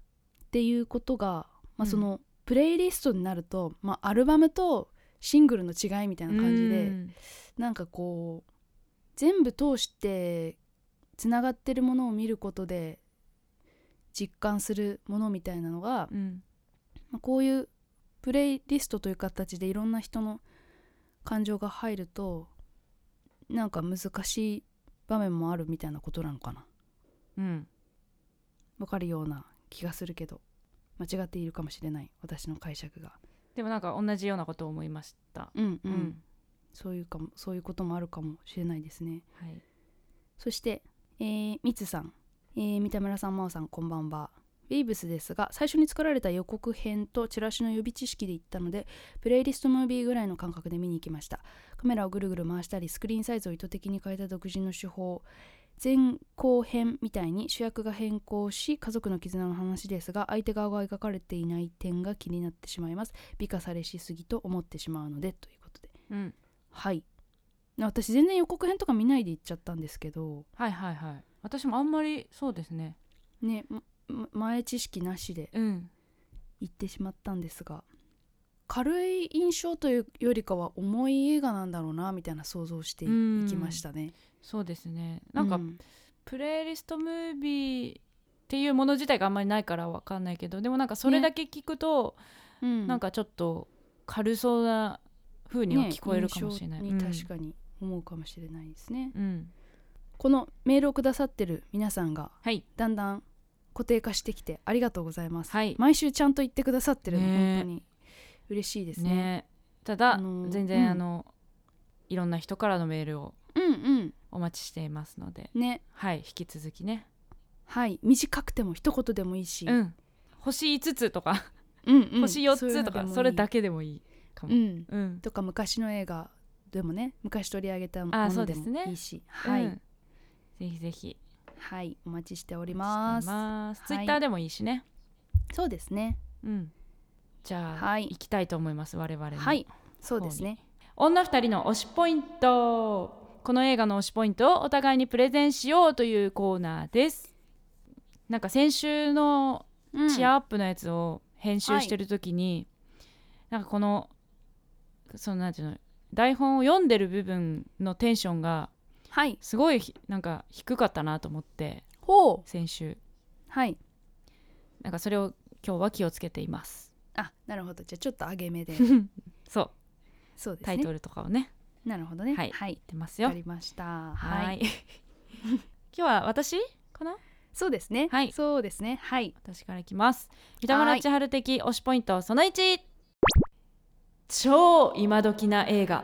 Speaker 3: っていうことが、ま
Speaker 2: う
Speaker 3: あ、
Speaker 2: ん
Speaker 3: そのプレイリストになると、まあ、アルバムとシングルの違いみたいな感じ
Speaker 2: う
Speaker 3: で
Speaker 2: ん
Speaker 3: なんかこう全部通してつながってるものを見ることで実感するものみたいなのが、
Speaker 2: うん
Speaker 3: まあこういうプレイリストという形でいろんな人の感情が入るとなんか難しい場面もあるみたいなことなのかな
Speaker 2: うん
Speaker 3: わかるような気がするけど間違っているかもしれない私の解釈が。
Speaker 2: でもなんか同じようなことを思いました。
Speaker 3: うんう
Speaker 2: うんん
Speaker 3: そういうかもそういうこともあるかもしれないですね。
Speaker 2: はい、
Speaker 3: そして、えー、みつさん、えー三田村さん、真央さん、こんばんは。ウェイブスですが、最初に作られた予告編とチラシの予備知識で行ったので、プレイリストムービーぐらいの感覚で見に行きました。カメラをぐるぐる回したり、スクリーンサイズを意図的に変えた独自の手法。前後編みたいに主役が変更し家族の絆の話ですが相手側が描かれていない点が気になってしまいます美化されしすぎと思ってしまうのでということで
Speaker 2: うん、
Speaker 3: はい私全然予告編とか見ないで行っちゃったんですけど
Speaker 2: はいはいはい私もあんまりそうですね
Speaker 3: ね、まま前知識なしで
Speaker 2: うん
Speaker 3: 行ってしまったんですが軽い印象というよりかは重い映画なんだろうなみたいな想像してい
Speaker 2: うん
Speaker 3: きましたね。
Speaker 2: そうですねなんか、
Speaker 3: う
Speaker 2: プレイリストムービーっていうもの自体があんまりないからわかんないけどでもなんかそれだけ聞くと、
Speaker 3: うん
Speaker 2: なんかちょっと軽そうな風には
Speaker 3: ね
Speaker 2: 聞こえるかもしれない、
Speaker 3: 印
Speaker 2: うん
Speaker 3: 象に確かに思うかもしれないですね。
Speaker 2: うん
Speaker 3: このメールをくださってる皆さんが
Speaker 2: はい
Speaker 3: だんだん固定化してきてありがとうございます。
Speaker 2: はい
Speaker 3: 毎週ちゃんと言ってくださってるの、
Speaker 2: ね
Speaker 3: 本当に嬉しいです
Speaker 2: ね
Speaker 3: ね。
Speaker 2: ただ、
Speaker 3: あのー
Speaker 2: 全然、
Speaker 3: うん
Speaker 2: あのいろんな人からのメールを
Speaker 3: うんうん
Speaker 2: お待ちしていますので
Speaker 3: ね
Speaker 2: はい引き続きね、
Speaker 3: はい短くても一言でもいいし、
Speaker 2: うん、星5つとか、
Speaker 3: うんうん
Speaker 2: 星4つとかそれだ
Speaker 3: け、
Speaker 2: けでもいいかも、
Speaker 3: うん、
Speaker 2: うん
Speaker 3: とか昔の映画でもね昔取り上げたも
Speaker 2: あーそ
Speaker 3: の
Speaker 2: う
Speaker 3: で
Speaker 2: ですね
Speaker 3: もいいし、はい、
Speaker 2: うんぜひぜひ
Speaker 3: はいお待ちしており
Speaker 2: して
Speaker 3: ます
Speaker 2: ます
Speaker 3: はい
Speaker 2: ツイッターでもいいしね、
Speaker 3: そうですね
Speaker 2: うんじゃあ、
Speaker 3: はい
Speaker 2: 行きたいと思います我々の
Speaker 3: はいそうですね
Speaker 2: 女二人の推しポイントこの映画の推しポイントをお互いにプレゼンしようというコーナーですなんか先週の
Speaker 3: うん
Speaker 2: チアアップのやつを編集してる時に、なんかこのそのなんていうの台本を読んでる部分のテンションが
Speaker 3: はい
Speaker 2: すごいひなんか低かったなと思って
Speaker 3: ほう
Speaker 2: 先週
Speaker 3: はい
Speaker 2: なんかそれを今日は気をつけています
Speaker 3: あなるほどじゃあちょっと上げ目で
Speaker 2: そう
Speaker 3: そうです
Speaker 2: タイト
Speaker 3: ね
Speaker 2: ルとかをね
Speaker 3: なるほどね
Speaker 2: は
Speaker 3: はいい、
Speaker 2: 出ます
Speaker 3: わ
Speaker 2: よ
Speaker 3: かりました
Speaker 2: は
Speaker 3: はいい
Speaker 2: [LAUGHS] 今日は私かな
Speaker 3: そうですね
Speaker 2: はい
Speaker 3: そうですねはい
Speaker 2: 私からいきます三田村千春的推しポイントその1超今時な映画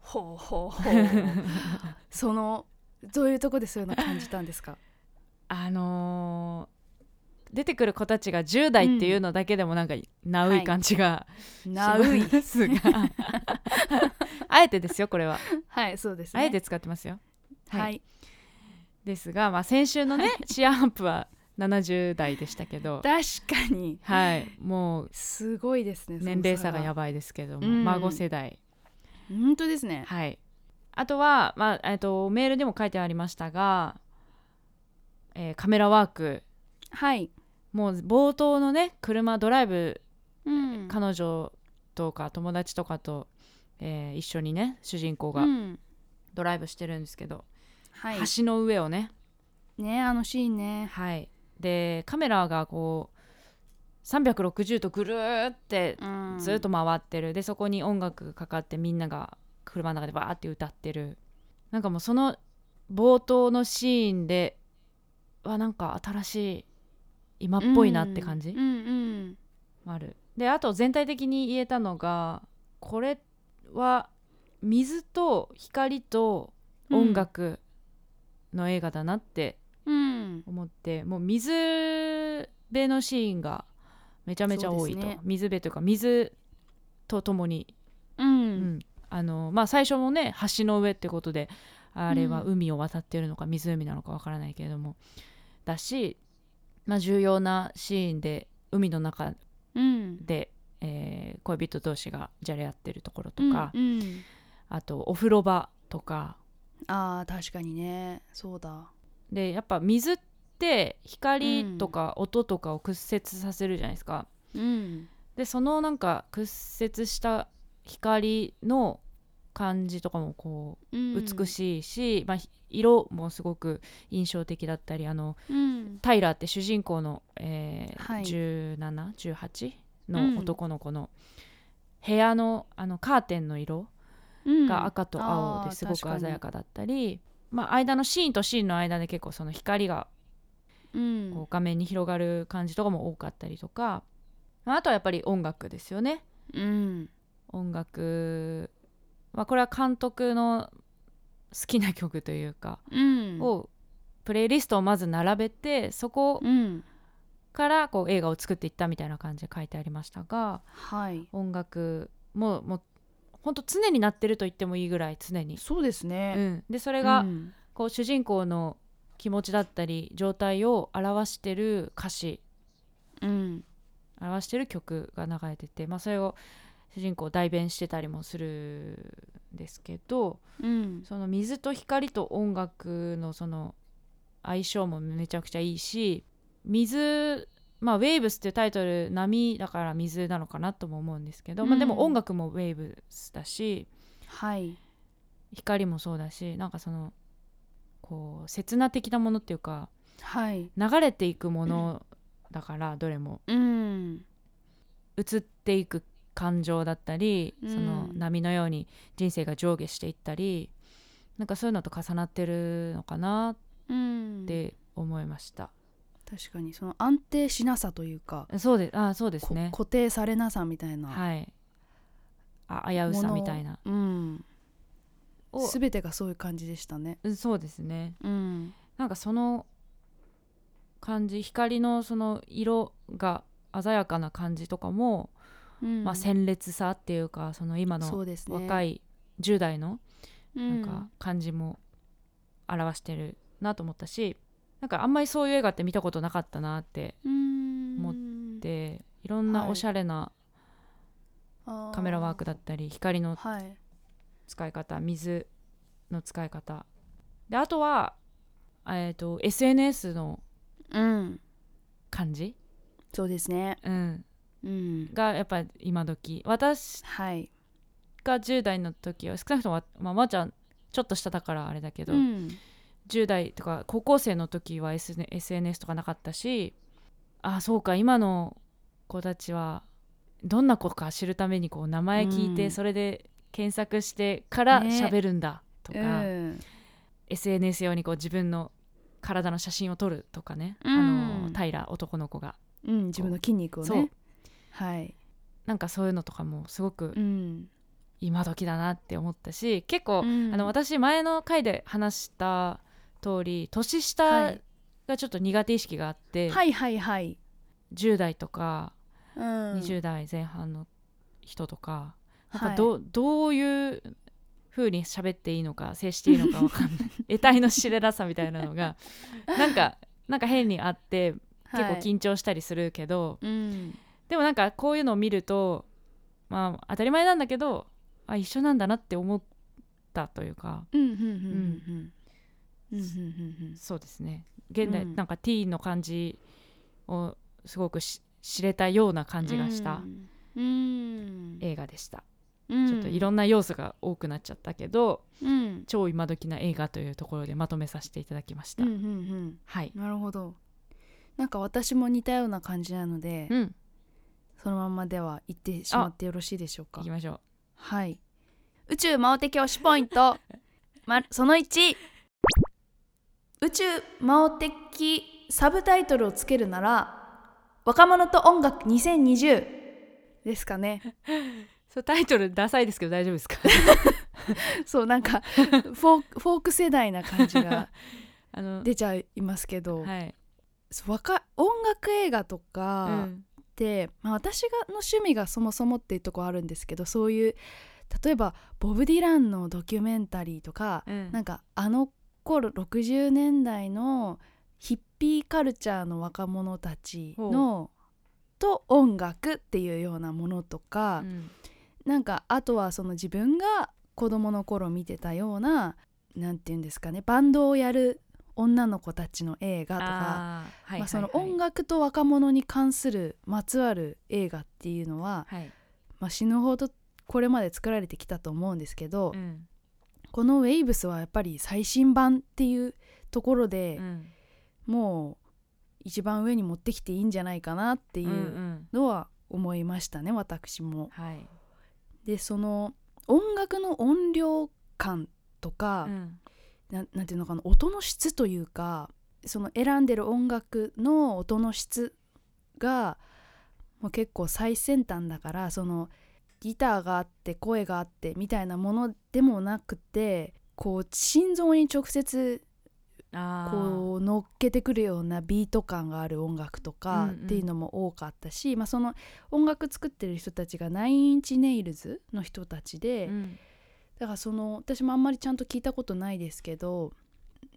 Speaker 3: ほうほうほう [LAUGHS] そのどういうとこでそういうの感じたんですか
Speaker 2: あのー出てくる子たちが10代っていうのだけでもなんか、ナウい感じが [LAUGHS] し
Speaker 3: な
Speaker 2: ま
Speaker 3: うい
Speaker 2: すが、 [LAUGHS] あえてですよこれは、
Speaker 3: [LAUGHS] はいそうですね
Speaker 2: あえて使ってますよ
Speaker 3: は
Speaker 2: はいですが、まあ、先週のね、シェアアンプは70代でした
Speaker 3: [LAUGHS]
Speaker 2: けど、
Speaker 3: 確かに
Speaker 2: はい、もう
Speaker 3: すごいですね
Speaker 2: 年齢差がや
Speaker 3: ば
Speaker 2: ばいですけども、
Speaker 3: うん
Speaker 2: 孫世代
Speaker 3: 本当ですね
Speaker 2: はいあとは、まあえっとメールでも書いてありましたが、えーカメラワーク
Speaker 3: はい、
Speaker 2: もう冒頭のね車ドライブ、
Speaker 3: うん
Speaker 2: 彼女とか友達とかと、えー一緒にね主人公が
Speaker 3: うん
Speaker 2: ドライブしてるんですけど、
Speaker 3: はい
Speaker 2: 橋の上をね
Speaker 3: ねあのシーンね
Speaker 2: はいでカメラがこう360度ぐるーって
Speaker 3: うん
Speaker 2: ずっと回ってる、でそこに音楽がかかってみんなが車の中でバーって歌ってるなんかもうその冒頭のシーンではなんか新しい今っぽいなって感じ
Speaker 3: うんうん
Speaker 2: もある、であと全体的に言えたのがこれは水と光と音楽の映画だなって
Speaker 3: うん
Speaker 2: 思って、もう水辺のシーンがめちゃめちゃ多いと、
Speaker 3: そうですね
Speaker 2: 水辺というか水とともに
Speaker 3: う
Speaker 2: うんんあのまあ、最初もね橋の上ってことであれは
Speaker 3: うん
Speaker 2: 海を渡ってるのか湖なのかわからないけれどもだし、まあ、重要なシーンで海の中
Speaker 3: うん
Speaker 2: で、えー恋人同士がじゃれ合ってるところとか、
Speaker 3: うんうん
Speaker 2: あとお風呂場とか
Speaker 3: あー確かにねそうだ
Speaker 2: でやっぱ水って光とか音とかを屈折させるじゃないですか。
Speaker 3: うん
Speaker 2: でそのなんか屈折した光の感じとかもこう美
Speaker 3: い、
Speaker 2: しいし、まあ、ひ色もすごく印象的だったりあの
Speaker 3: うん
Speaker 2: タイラーって主人公の、えー
Speaker 3: はい
Speaker 2: 1718
Speaker 3: うん
Speaker 2: の男の子の部屋のあのカーテンの色
Speaker 3: うん
Speaker 2: が赤と青
Speaker 3: あー
Speaker 2: ですごく
Speaker 3: 確かに
Speaker 2: 鮮やかだったり、まあ、間のシーンとシーンの間で結構その光が
Speaker 3: うん
Speaker 2: こう画面に広がる感じとかも多かったりとかあとはやっぱり音楽ですよね
Speaker 3: うん
Speaker 2: 音楽、まあ、これは監督の好きな曲というか、
Speaker 3: うん
Speaker 2: をプレイリストをまず並べてそこ
Speaker 3: うん
Speaker 2: からこう映画を作っていったみたいな感じで書いてありましたが
Speaker 3: はい
Speaker 2: 音楽ももうほんと常になってると言ってもいいぐらい常に。
Speaker 3: そうですね
Speaker 2: う、ん、でそ
Speaker 3: そ
Speaker 2: れ
Speaker 3: れ
Speaker 2: が、こう主人公の気持ちだったり状態を表してる歌詞
Speaker 3: うん
Speaker 2: 表してる曲が流れてて、まあ、それを主人公代弁してたりもするんですけど
Speaker 3: うん
Speaker 2: その水と光と音楽のその相性もめちゃくちゃいいし水まあ「ウェーブス」っていうタイトル波だから水なのかなとも思うんですけど、まあ、で
Speaker 3: うん
Speaker 2: も音楽もウェーブスだし
Speaker 3: はい
Speaker 2: 光もそうだしなんかそのこう刹那的なものっていうか
Speaker 3: はい
Speaker 2: 流れていくものだから、どれも
Speaker 3: うん
Speaker 2: 移っていく感情だったり、
Speaker 3: うん
Speaker 2: その波のように人生が上下していったりなんかそういうのと重なってるのかな
Speaker 3: うん
Speaker 2: って思いました、
Speaker 3: 確かにその安定しなさというか、
Speaker 2: そうであそうです
Speaker 3: こ
Speaker 2: ね
Speaker 3: 固定されなさみたいな、
Speaker 2: はいあ危うさみたいな
Speaker 3: うん、
Speaker 2: を
Speaker 3: 全てがそういう感じでしたね。
Speaker 2: うんそうですね
Speaker 3: うん、
Speaker 2: なんかその感じ光のその色が鮮やかな感じとかも、
Speaker 3: うん
Speaker 2: まあ、鮮烈さっていうかその今
Speaker 3: そう
Speaker 2: の
Speaker 3: ですね
Speaker 2: 若
Speaker 3: い、
Speaker 2: い10代の
Speaker 3: う
Speaker 2: なん
Speaker 3: ん、
Speaker 2: か感じも表してるなと思ったし、なんかあんまりそういう映画って見たことなかったなって
Speaker 3: うん
Speaker 2: 持でいろん
Speaker 3: は
Speaker 2: ないおしゃれなカメラワークだったり、光
Speaker 3: あ
Speaker 2: の
Speaker 3: ーはい
Speaker 2: 使い方水の使い方であとは、えー、と SNS の
Speaker 3: うん
Speaker 2: 感じ、
Speaker 3: そうですね
Speaker 2: うん、
Speaker 3: うん
Speaker 2: がやっぱ今時私
Speaker 3: はい
Speaker 2: が10代の時は少なくともわ、まあ、まーちゃんちょっと下だからあれだけど、
Speaker 3: うん
Speaker 2: 10代とか高校生の時は SN SNS とかなかったしあそうか今の子たちはどんな子か知るためにこう名前聞いて、
Speaker 3: うん
Speaker 2: それで検索してから
Speaker 3: ね
Speaker 2: 喋るんだとか、
Speaker 3: うん、
Speaker 2: SNS 用にこう自分の体の写真を撮るとかね、
Speaker 3: うん
Speaker 2: あのタイラ男の子が
Speaker 3: うん、自分の筋肉を
Speaker 2: そう
Speaker 3: ねはい、
Speaker 2: なんかそういうのとかもすごく
Speaker 3: うん、
Speaker 2: 今時だなって思ったし結構、
Speaker 3: うん
Speaker 2: あの私前の回で話した通り年
Speaker 3: は
Speaker 2: 下
Speaker 3: い
Speaker 2: がちょっと苦手意識があって、
Speaker 3: はいはいはい、
Speaker 2: 10代とか
Speaker 3: うん、
Speaker 2: 20代前半の人とか、なん
Speaker 3: は
Speaker 2: か
Speaker 3: い
Speaker 2: ど,、うどういう風に喋っていいのか接していいのかわかん
Speaker 3: [LAUGHS]
Speaker 2: ない得体の知れなさみたいなのがなんかなんか変にあって結構
Speaker 3: はい
Speaker 2: 緊張したりするけど、
Speaker 3: うん
Speaker 2: でもなんかこういうのを見るとまあ当たり前なんだけどあ一緒なんだなって思ったというか
Speaker 3: うんうんうんうんうんうんうんうん
Speaker 2: そうですね現代、
Speaker 3: うん
Speaker 2: なんかティーンの感じをすごくし知れたような感じがした
Speaker 3: うん、
Speaker 2: 映画でした、
Speaker 3: うん
Speaker 2: ちょっといろんな要素が多くなっちゃったけど
Speaker 3: うん
Speaker 2: 超今時な映画というところでまとめさせていただきまし
Speaker 3: う
Speaker 2: た、
Speaker 3: んうん
Speaker 2: はい
Speaker 3: うん、なるほどなんか私も似たような感じなので、
Speaker 2: うん
Speaker 3: そのままでは行ってしまってよろしいでしょうか
Speaker 2: 行きましょう
Speaker 3: はい宇宙魔王的推しポイント、ま、その1宇宙魔王的サブタイトルをつけるなら「若者と音楽2020」ですかね
Speaker 2: そうタイトルダサいですけど大丈夫で
Speaker 3: [LAUGHS]
Speaker 2: すか
Speaker 3: そうなんかフォークフォーク世代な感じが
Speaker 2: あの
Speaker 3: 出ちゃいますけど、
Speaker 2: はい、
Speaker 3: そう若音楽映画と
Speaker 2: う
Speaker 3: か
Speaker 2: ん
Speaker 3: って、まあ、私がの趣味がそもそもっていうとこあるんですけどそういう例えばボブ・ディランのドキュメンタリーとか、
Speaker 2: うん
Speaker 3: なんかあの頃60年代のヒッピーカルチャーの若者たちのと音楽っていうようなものとか、
Speaker 2: うん
Speaker 3: なんかあとはその自分が子供の頃見てたようななんて言うんですかねバンドをやる女の子たちの映画とか
Speaker 2: あーはい
Speaker 3: まあその
Speaker 2: はいはい
Speaker 3: 音楽と若者に関するまつわる映画っていうのは、
Speaker 2: はい
Speaker 3: まあ、死ぬほどこれまで作られてきたと思うんですけど、
Speaker 2: うん
Speaker 3: この「ウェイブス」はやっぱり最新版っていうところで、
Speaker 2: うん
Speaker 3: もう一番上に持ってきていいんじゃないかなってい
Speaker 2: うんう
Speaker 3: うんのは思いましたね私も。
Speaker 2: はい
Speaker 3: でその音楽の音量感とか、
Speaker 2: うん
Speaker 3: ななんていうのかな音の質というかその選んでる音楽の音の質がもう結構最先端だからそのギターがあって声があってみたいなものでもなくてこう心臓に直接
Speaker 2: あー
Speaker 3: こう乗っけてくるようなビート感がある音楽とか
Speaker 2: うんうん
Speaker 3: っていうのも多かったし、まあ、その音楽作ってる人たちがナインインチネイルズの人たちで、
Speaker 2: うん
Speaker 3: だからその私もあんまりちゃんと聞いたことないですけど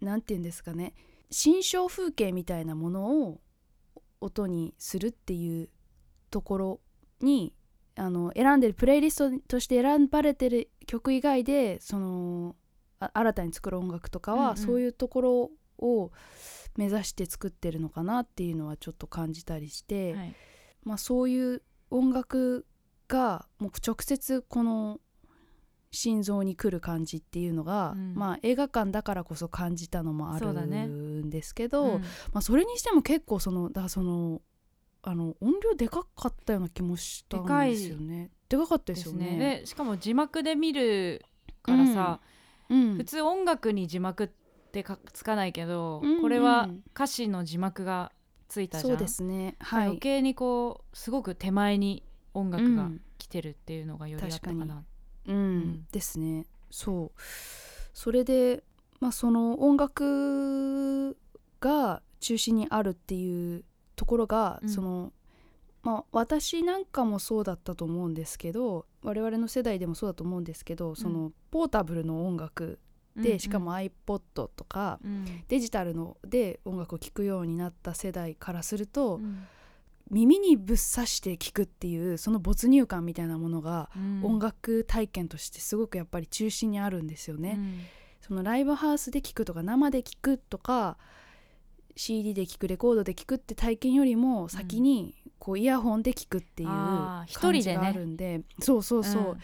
Speaker 3: 何て言うんですかね心象風景みたいなものを音にするっていうところにあの選んでるプレイリストとして選ばれてる曲以外でそのあ新たに作る音楽とか
Speaker 2: うんう
Speaker 3: は
Speaker 2: ん
Speaker 3: そういうところを目指して作ってるのかなっていうのはちょっと感じたりして。
Speaker 2: はい
Speaker 3: まあ、そういう音楽がもう直接この心臓に来る感じっていうのが、
Speaker 2: うん
Speaker 3: まあ、映画館だからこそ感じたのもあ
Speaker 2: そうだね
Speaker 3: るんですけどそ,、
Speaker 2: うん
Speaker 3: まあ、それにしても結構そのだからそのあの音量でかかったような気もしたんですよね。でかかった
Speaker 2: で
Speaker 3: です
Speaker 2: す
Speaker 3: よ
Speaker 2: ね
Speaker 3: ね。
Speaker 2: でしかも字幕で見るからさ、
Speaker 3: うん
Speaker 2: 普通音楽に字幕ってかつかないけど、
Speaker 3: うんうん
Speaker 2: これは歌詞の字幕がついたじゃん
Speaker 3: そうですね、はい、
Speaker 2: 余計にこうすごく手前に音楽
Speaker 3: う
Speaker 2: が
Speaker 3: ん
Speaker 2: 来てるっていうのがよりだったか
Speaker 3: 確か
Speaker 2: な、
Speaker 3: うん
Speaker 2: ん
Speaker 3: ですねそうそれで、まあ、その音楽が中心にあるっていうところが、
Speaker 2: うん
Speaker 3: そのまあ、私なんかもそうだったと思うんですけど我々の世代でもそうだと思うんですけどその、ポータブルの音楽で、しかも iPod とか
Speaker 2: うん、
Speaker 3: デジタルので音楽を聴くようになった世代からすると、
Speaker 2: うん
Speaker 3: 耳にぶっ刺して聴くっていうその没入感みたいなものが
Speaker 2: うん
Speaker 3: 音楽体験としてすごくやっぱり中心にあるんですよね。
Speaker 2: うん
Speaker 3: そのライブハウスで聴くとか生で聴くとか CD で聴くレコードで聴くって体験よりも先にこうイヤホンで聴くっていう
Speaker 2: あー
Speaker 3: 感
Speaker 2: 一人
Speaker 3: じ
Speaker 2: でね
Speaker 3: があるんで,、そうそうそう、だか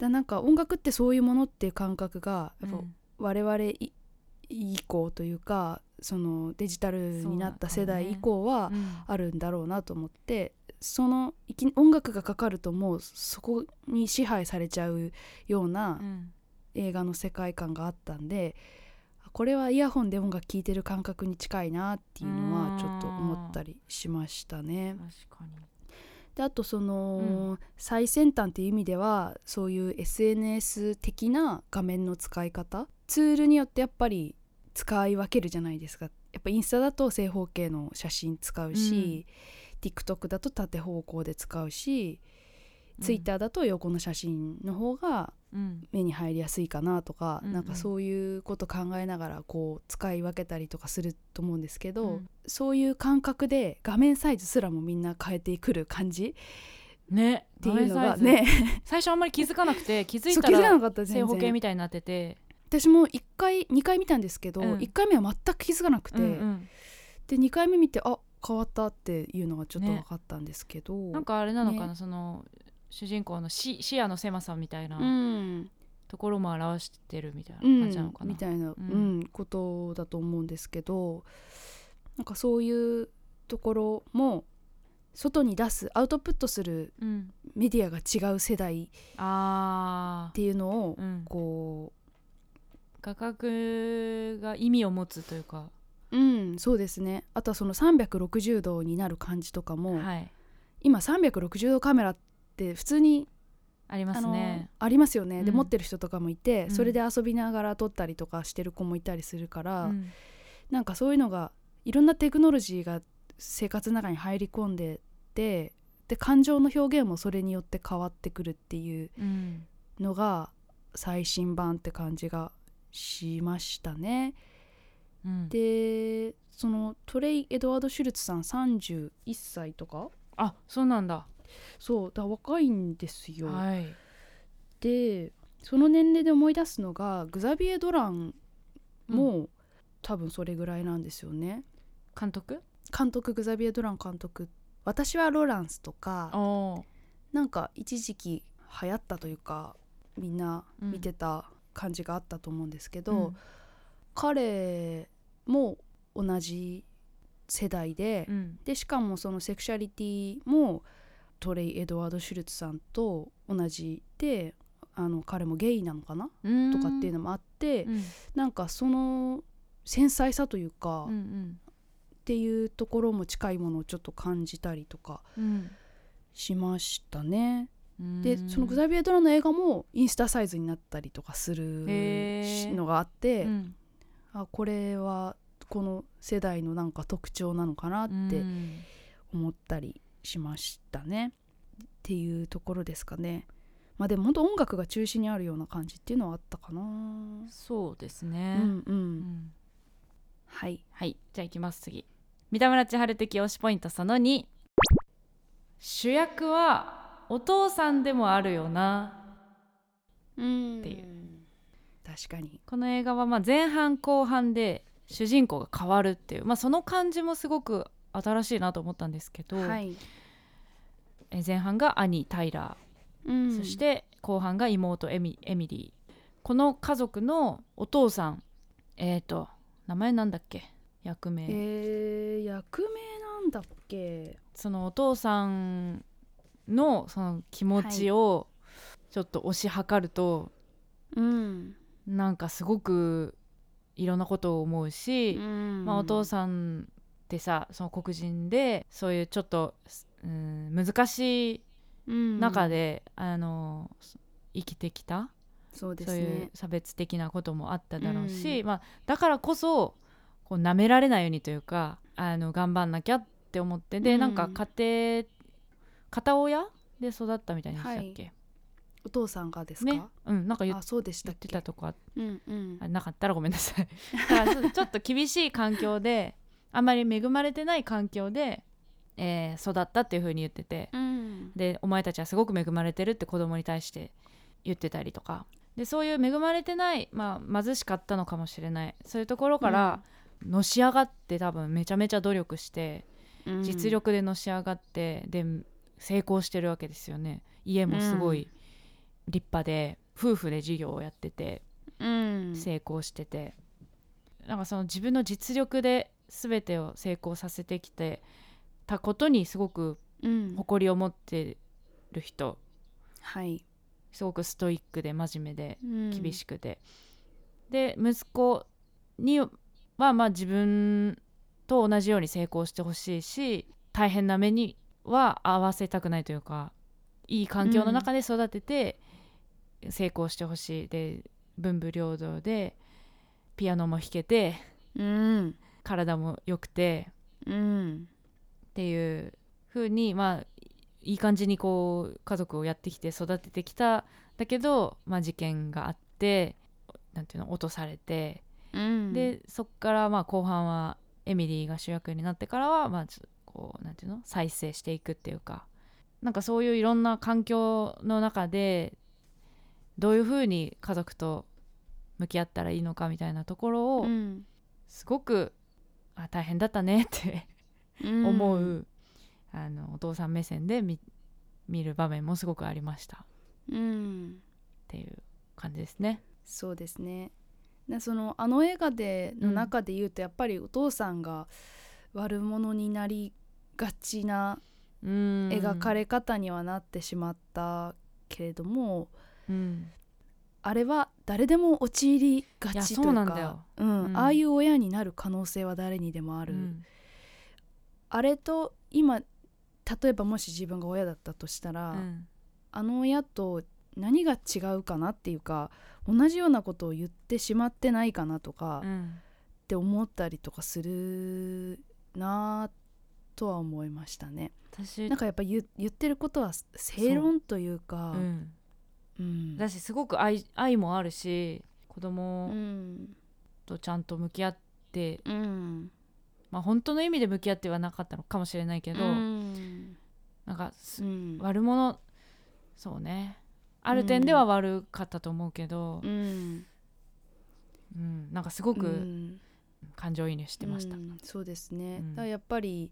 Speaker 3: らなんか音楽ってそういうものっていう感覚がやっぱ
Speaker 2: うん
Speaker 3: 我々い以降というかそのデジタルになった世代以降は
Speaker 2: うん
Speaker 3: あるんだろうなと思ってそのいき音楽がかかるともうそこに支配されちゃうような
Speaker 2: うん
Speaker 3: 映画の世界観があったんでこれはイヤホンで音楽聴いてる感覚に近いなっていうの
Speaker 2: うー
Speaker 3: は
Speaker 2: ん
Speaker 3: ちょっと思ったりしましたね。
Speaker 2: 確かに
Speaker 3: であとその、最先端っていう意味ではそういう SNS 的な画面の使い方ツールによってやっぱり使い分けるじゃないですかやっぱインスタだと正方形の写真使うし、TikTok だと縦方向で使うし、
Speaker 2: うん
Speaker 3: Twitter だと横の写真の方が
Speaker 2: うん
Speaker 3: 目に入りやすいかなとか、
Speaker 2: うんうん
Speaker 3: なんかそういうこと考えながらこう使い分けたりとかすると思うんですけど、
Speaker 2: うん
Speaker 3: そういう感覚で画面サイズすらもみんな変えてくる感じ
Speaker 2: ね
Speaker 3: っていうのが
Speaker 2: 画面サイズ
Speaker 3: ね
Speaker 2: 最初あんまり気づかなくて気づい
Speaker 3: そう
Speaker 2: た
Speaker 3: 気づかな
Speaker 2: ら
Speaker 3: かった
Speaker 2: 正
Speaker 3: 全
Speaker 2: 方形
Speaker 3: 然
Speaker 2: みたいになってて、
Speaker 3: 私も1回2回見たんですけど、
Speaker 2: うん
Speaker 3: 1回目は全く気づかなくて、
Speaker 2: うんうん
Speaker 3: で2回目見てあ変わったっていうのがちょっと分かったんですけど、
Speaker 2: なんかあれなのかな、
Speaker 3: ね
Speaker 2: その主人公の視視野の狭さみたいな
Speaker 3: うん、
Speaker 2: ところも表してるみたいな
Speaker 3: う
Speaker 2: 感じなの
Speaker 3: ん
Speaker 2: かな、
Speaker 3: みたいな、
Speaker 2: うん
Speaker 3: うんことだと思うんですけどなんかそういうところも外に出すアウトプットする
Speaker 2: うん、
Speaker 3: メディアが違う世代
Speaker 2: あ
Speaker 3: っていうのを
Speaker 2: ー、うん、
Speaker 3: こ
Speaker 2: 画角が意味を持つというか、
Speaker 3: う、うん、そうですねあとはその360度になる感じとかも、
Speaker 2: はい、
Speaker 3: 今360度カメラって普通に
Speaker 2: ありま
Speaker 3: あ
Speaker 2: す
Speaker 3: の
Speaker 2: ね。
Speaker 3: ありますよね、で
Speaker 2: うん
Speaker 3: 持ってる人とかもいて、
Speaker 2: うん
Speaker 3: それで遊びながら撮ったりとかしてる子もいたりするから、
Speaker 2: うん
Speaker 3: なんかそういうのがいろんなテクノロジーが生活の中に入り込んでてで感情の表現もそれによって変わってくるっていう
Speaker 2: うん
Speaker 3: のが最新版って感じがしましたね。
Speaker 2: うん
Speaker 3: でそのトレイ・エドワード・シュルツさん31歳とか
Speaker 2: あそうなんだ。
Speaker 3: そうだから若いんですよ。
Speaker 2: はい。
Speaker 3: でその年齢で思い出すのがグザビエ・ドランも、多分それぐらいなんですよね
Speaker 2: 監督？
Speaker 3: 監督グザビエ・ドラン監督「私はロランス」とか
Speaker 2: お
Speaker 3: なんか一時期流行ったというかみんな見てた感じがあったと思うんですけど、
Speaker 2: うん
Speaker 3: 彼も同じ世代で、
Speaker 2: うん
Speaker 3: でしかもそのセクシャリティもトレイ・エドワード・シュルツさんと同じであの彼もゲイなのかなとかっていうのもあって、
Speaker 2: うん
Speaker 3: なんかその繊細さというか、
Speaker 2: う
Speaker 3: っ
Speaker 2: ん
Speaker 3: ていうところも近いものをちょっと感じたりとか
Speaker 2: うん
Speaker 3: しましたね。
Speaker 2: うん
Speaker 3: でそのグザビエ・ドラの映画もインスタサイズになったりとかする
Speaker 2: へー
Speaker 3: しのがあって、
Speaker 2: うん
Speaker 3: あこれはこの世代のなんか特徴なのかなって
Speaker 2: うん
Speaker 3: 思ったりしましたね。っていうところですかね。まあでも本当音楽が中心にあるような感じっていうのはあったかな。
Speaker 2: そうです
Speaker 3: う
Speaker 2: ね、
Speaker 3: んう。
Speaker 2: うんん
Speaker 3: はい。
Speaker 2: はいじゃあ行きます次三田村千春的推しポイントその2主役はお父さんでもあるよな
Speaker 3: うん
Speaker 2: っていう
Speaker 3: 確かに。
Speaker 2: この映画はまあ前半後半で主人公が変わるっていう、まあ、その感じもすごく新しいなと思ったんですけど、
Speaker 3: はい。
Speaker 2: え前半が兄タイラー
Speaker 3: うん
Speaker 2: そし、て後半が妹エミエミリーこの家族のお父さんえー、と名前なんだっけ役名、
Speaker 3: えー、役名なんだっけ。
Speaker 2: そのお父さんのその気持ちをちょっと推し量ると、
Speaker 3: うん。
Speaker 2: なんかすごくいろんなことを思うし、まあ、お父
Speaker 3: ん。
Speaker 2: さんってさその黒人でそういうちょっと、うん、難しい
Speaker 3: うん
Speaker 2: 中で、あの生きてきた
Speaker 3: そうで
Speaker 2: そう
Speaker 3: す
Speaker 2: いう
Speaker 3: ね。
Speaker 2: 差別的なこともあっただろうし、
Speaker 3: う
Speaker 2: まあ、だからこそこう舐められないようにというかあの頑張んなきゃって思ってで、
Speaker 3: うん
Speaker 2: なんか家庭片親で育ったみたいにしたっけ、
Speaker 3: お父さんがですか。
Speaker 2: ね、うん、なんか言っ
Speaker 3: あ、そうでした
Speaker 2: 言
Speaker 3: っ
Speaker 2: って
Speaker 3: け。
Speaker 2: たとこあ
Speaker 3: うんうん
Speaker 2: あ。なかったらごめんなさいだからちょっとちょっと厳しい環境であまり恵まれてない環境で、えー育ったっていうふうに言ってて、
Speaker 3: うん。
Speaker 2: でお前たちはすごく恵まれてるって子供に対して言ってたりとかでそういう恵まれてない、まあ、貧しかったのかもしれないそういうところからのし上がって多分めちゃめちゃ努力して
Speaker 3: うん
Speaker 2: 実。力でのし上がってで成功してるわけですよね家もすごい立派で、夫婦で事業をやってて
Speaker 3: うん。
Speaker 2: 成功してて、なんかその自分の実力で全てを成功させてきてたことにすごく
Speaker 3: うん。
Speaker 2: 誇りを持ってる人
Speaker 3: はい。
Speaker 2: すごくストイックで真面目で厳し
Speaker 3: く。
Speaker 2: くて、で息子にはまあ自分と同じように成功してほしいし大変な目には合わせたくないというかいい環境の中で育てて成功してほしい、で文武両道でピアノも弾けて
Speaker 3: うん。
Speaker 2: 体も良くて
Speaker 3: うん。
Speaker 2: っていう風にまあいい感じにこう家族をやってきて育ててきただけど、まあ、事件があってなんていうの落とされて、
Speaker 3: うん。
Speaker 2: でそっからまあ後半はエミリーが主役になってからはまあちょっとこうなんていうの再生していくっていうかなんかそういういろんな環境の中でどういう風に家族と向き合ったらいいのかみたいなところを、
Speaker 3: うん、
Speaker 2: すごくあ大変だったねって思う、あのお父さん目線で見見る場面もすごくありましたっ
Speaker 3: うん。うん。
Speaker 2: ていう感じですね。
Speaker 3: そうですね。なそのあの映画での中で言うとやっぱりお父さんが悪者になりがちな
Speaker 2: 描
Speaker 3: 描か、れ方にはなってしまったけれども、
Speaker 2: うん
Speaker 3: あれは誰でも陥りが
Speaker 2: いや
Speaker 3: ち
Speaker 2: そ
Speaker 3: というう
Speaker 2: なん
Speaker 3: か
Speaker 2: だよ
Speaker 3: うん
Speaker 2: うん
Speaker 3: ああいう親になる可能性は誰にでもある、
Speaker 2: うん
Speaker 3: あれと今例えばもし自分が親だったとしたら、
Speaker 2: うん
Speaker 3: あの親と何が違うかなっていうか同じようなことを言ってしまってないかなとか
Speaker 2: う
Speaker 3: っ
Speaker 2: ん
Speaker 3: て思ったりとかするなあとは思いましたね。
Speaker 2: 私
Speaker 3: なんかやっぱ言言ってることは正論というか
Speaker 2: うん、
Speaker 3: うん
Speaker 2: だしすごく愛愛もあるし子
Speaker 3: う
Speaker 2: 供
Speaker 3: ん
Speaker 2: とちゃんと向き合って、
Speaker 3: うん
Speaker 2: まあ本当の意味で向き合ってはなかったのかもしれないけど、
Speaker 3: うん
Speaker 2: なんかす
Speaker 3: うん
Speaker 2: 悪者そうねある点では悪かったと思うけど
Speaker 3: う、ん
Speaker 2: うんなんかすご
Speaker 3: う
Speaker 2: く
Speaker 3: ん
Speaker 2: 感情移入してました。
Speaker 3: うんそうですね、
Speaker 2: うん
Speaker 3: だからやっぱり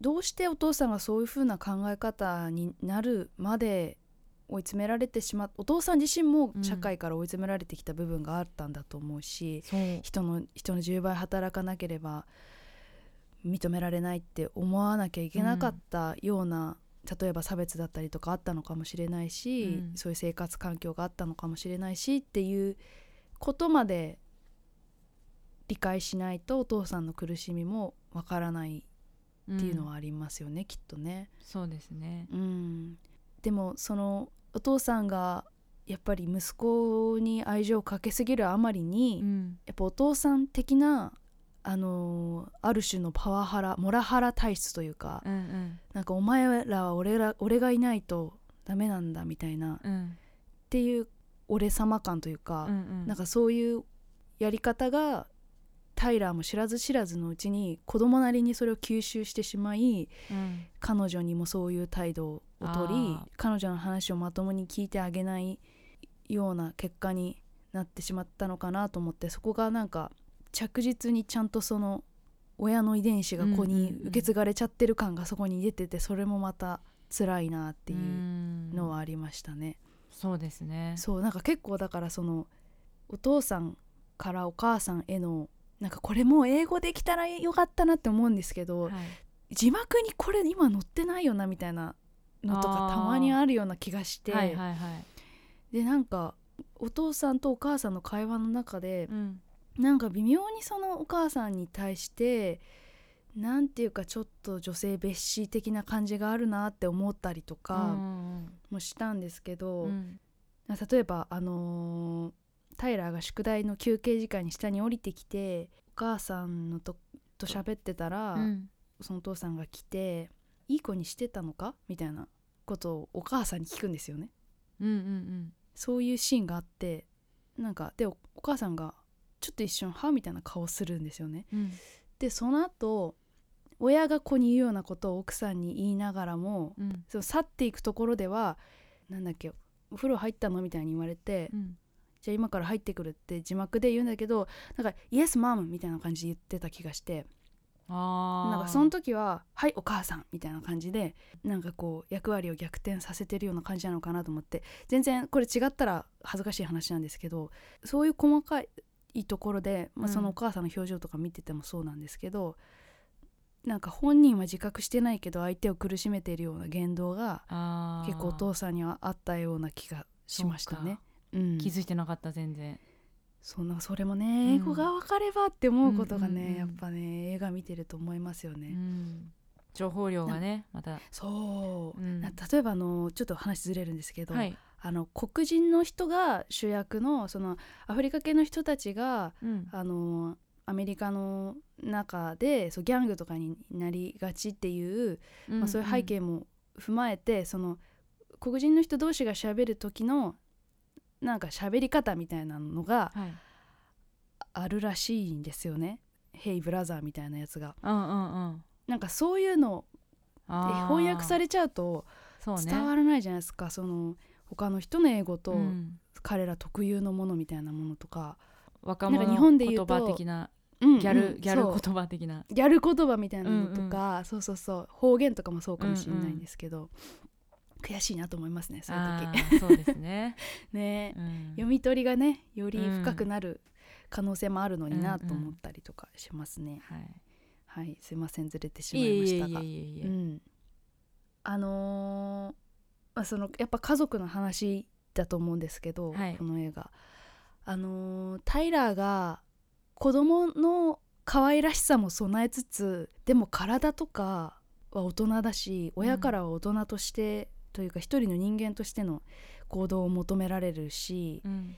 Speaker 3: どうしてお父さんがそういうふうな考え方になるまで追い詰められてしまっお父さん自身も社会から追い詰められてきた部分があったんだと思うし、
Speaker 2: そう
Speaker 3: 人の人の10倍働かなければ認められないって思わなきゃいけなかったような、例えば差別だったりとかあったのかもしれないし、
Speaker 2: うん
Speaker 3: そういう生活環境があったのかもしれないしっていうことまで理解しないとお父さんの苦しみもわからないっていうのはありますよね、きっとね。
Speaker 2: そうですね
Speaker 3: うん、でもそのお父さんがやっぱり息子に愛情をかけすぎるあまりに、
Speaker 2: うん
Speaker 3: やっぱお父さん的なあのーある種のパワハラモラハラ体質というか、
Speaker 2: うん
Speaker 3: なんかお前らは俺ら俺がいないとダメなんだみたいな、っ
Speaker 2: うんうん
Speaker 3: ていう俺様感という
Speaker 2: う
Speaker 3: か、
Speaker 2: んうん
Speaker 3: なんかそういうやり方がタイラーも知らず知らずのうちに子供なりにそれを吸収してしまい
Speaker 2: うん
Speaker 3: 彼女にもそういう態度をとり
Speaker 2: あー
Speaker 3: 彼女の話をまともに聞いてあげないような結果になってしまったのかなと思ってそこがなんか着実にちゃんとその親の遺伝子が子
Speaker 2: うん
Speaker 3: に
Speaker 2: うんうん
Speaker 3: 受け継がれちゃってる感がそこに出ててそれもまた辛いなって
Speaker 2: う
Speaker 3: い
Speaker 2: ん
Speaker 3: うのはありましたね。
Speaker 2: そうですね
Speaker 3: そうなんか結構だからそのお父さんからお母さんへのなんかこれもう英語できたらよかったなって思うんですけど、
Speaker 2: はい
Speaker 3: 字幕にこれ今載ってないよなみたいなのとか
Speaker 2: あー
Speaker 3: たまにあるような気がして、
Speaker 2: はいはいはい
Speaker 3: でなんかお父さんとお母さんの会話の中で
Speaker 2: うん
Speaker 3: なんか微妙にそのお母さんに対してなんていうかちょっと女性蔑視的な感じがあるなって思ったりと
Speaker 2: う
Speaker 3: か
Speaker 2: ん
Speaker 3: もしたんですけど、
Speaker 2: うんうん
Speaker 3: 例えばあのータイラーが宿題の休憩時間に下に降りてきてお母さんのとと喋ってたら、
Speaker 2: うん
Speaker 3: そのお父さんが来て「いい子にしてたのか?」みたいなことをお母さんに聞くんですよね。
Speaker 2: うんうん
Speaker 3: そういうシーンがあってなんかでおお母さんがちょっと一瞬「は?」みたいな顔するんですよね。
Speaker 2: うん
Speaker 3: でその後親が子に言うようなことを奥さんに言いながらも
Speaker 2: うん
Speaker 3: その去っていくところではなんだっけお風呂入ったのみたいに言われて、
Speaker 2: うん
Speaker 3: じゃあ今から入ってくるって字幕で言うんだけどなんか「イエスマム」みたいな感じで言ってた気がして
Speaker 2: あー
Speaker 3: なんかその時は「はいお母さん」みたいな感じでなんかこう役割を逆転させてるような感じなのかなと思って全然これ違ったら恥ずかしい話なんですけどそういう細かいところで、まあ、
Speaker 2: うん
Speaker 3: そのお母さんの表情とか見ててもそうなんですけど、なんか本人は自覚してないけど相手を苦しめているような言動が
Speaker 2: あー
Speaker 3: 結構お父さんにはあったような気がしましたね。うん、
Speaker 2: 気づいてなかった全然
Speaker 3: そんなそれも
Speaker 2: ん
Speaker 3: ね、英語が分かればって思うことがね、
Speaker 2: うんうんうん
Speaker 3: やっぱね映画見てると思いますよね。
Speaker 2: うん情報量がねまた
Speaker 3: そう、
Speaker 2: うん
Speaker 3: な例えばあのちょっと話ずれるんですけど、
Speaker 2: はい
Speaker 3: あの黒人の人が主役のそのアフリカ系の人たちが
Speaker 2: うん
Speaker 3: あのアメリカの中でそうギャングとかになりがちっていう、まあ、そういう背景も踏まえて、その黒人の人同士が喋る時のなんか喋り方みたいなのが、
Speaker 2: うんはい
Speaker 3: あるらしいんですよね「ヘイブラザー」みたいなやつが
Speaker 2: うんうんうん
Speaker 3: なんかそういうのえ
Speaker 2: あー
Speaker 3: 翻訳されちゃうと
Speaker 2: そうね
Speaker 3: 伝わらないじゃないですかそ,、の他の人の英語と
Speaker 2: うん
Speaker 3: 彼ら特有のものみたいなものとか、
Speaker 2: 若者
Speaker 3: なん
Speaker 2: の
Speaker 3: か日本で言
Speaker 2: 言
Speaker 3: うと
Speaker 2: 葉的な
Speaker 3: うん
Speaker 2: ギャルギャル
Speaker 3: そう
Speaker 2: 言葉的な
Speaker 3: ギャル言葉みたいなのとか、そうそうそう方言とかもそうかもしれないんですけど、悔しいなと思いますねそういう
Speaker 2: あ
Speaker 3: 時
Speaker 2: ーそうですね
Speaker 3: [LAUGHS] ね、
Speaker 2: うん
Speaker 3: 読み取りがねより深くなる可能性もあるのになと思ったりとかしますね、
Speaker 2: はい
Speaker 3: はいすいませんずれてしま
Speaker 2: いえ
Speaker 3: いま
Speaker 2: いえ
Speaker 3: し
Speaker 2: い
Speaker 3: た
Speaker 2: え
Speaker 3: が
Speaker 2: いえいうえ
Speaker 3: ん、あのーまあ、そのやっぱ家族の話だと思うんですけど、
Speaker 2: はい
Speaker 3: この映画、あのータイラーが子供の可愛らしさも備えつつでも体とかは大人だし親からは大人として、というか一人の人間としての行動を求められるし、
Speaker 2: うん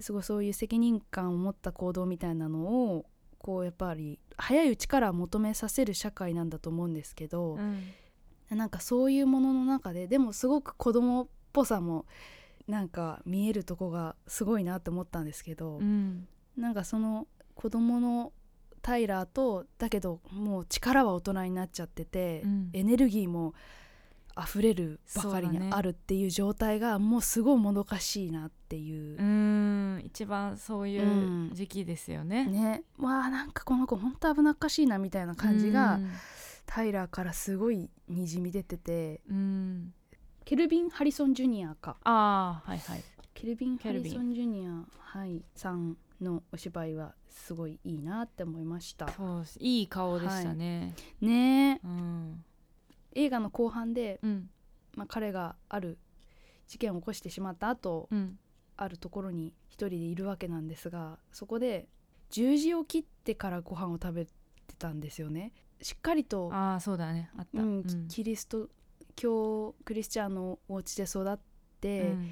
Speaker 3: すごいそういう責任感を持った行動みたいなのをこうやっぱり早いうちから求めさせる社会なんだと思うんですけど、
Speaker 2: うん
Speaker 3: なんかそういうものの中ででもすごく子供っぽさもなんか見えるとこがすごいなって思ったんですけど、
Speaker 2: うん
Speaker 3: なんかその子供のタイラーとだけどもう力は大人になっちゃってて、
Speaker 2: うん
Speaker 3: エネルギーも溢れるばかり
Speaker 2: そうだね
Speaker 3: にあるっていう状態がもうすごいもどかしいなっていう
Speaker 2: う。ん一番そういう時期ですよね
Speaker 3: ね、わあなんかこの子ほんと危なっかしいなみたいな感じが、タイラーからすごいにじみ出てて
Speaker 2: うん
Speaker 3: ケルビン・ハリソン・ジュニアか
Speaker 2: ああはいはい
Speaker 3: ケルビン・
Speaker 2: ケ
Speaker 3: ハ
Speaker 2: ル
Speaker 3: リ
Speaker 2: ビン
Speaker 3: ソン・ジュニア、はい、さんのお芝居はすごいいいなって思いました
Speaker 2: そうですいい顔でしたね、
Speaker 3: ね
Speaker 2: うん
Speaker 3: え映画の後半で、
Speaker 2: うん
Speaker 3: まあ、彼がある事件を起こしてしまった後、
Speaker 2: うん
Speaker 3: あるところに一人でいるわけなんですがそこで10時を切ってからご飯を食べてたんですよねしっかりと、
Speaker 2: ああそうだねあった、
Speaker 3: うん
Speaker 2: う
Speaker 3: き
Speaker 2: ん
Speaker 3: キリスト教クリスチャンのお家で育って、
Speaker 2: うん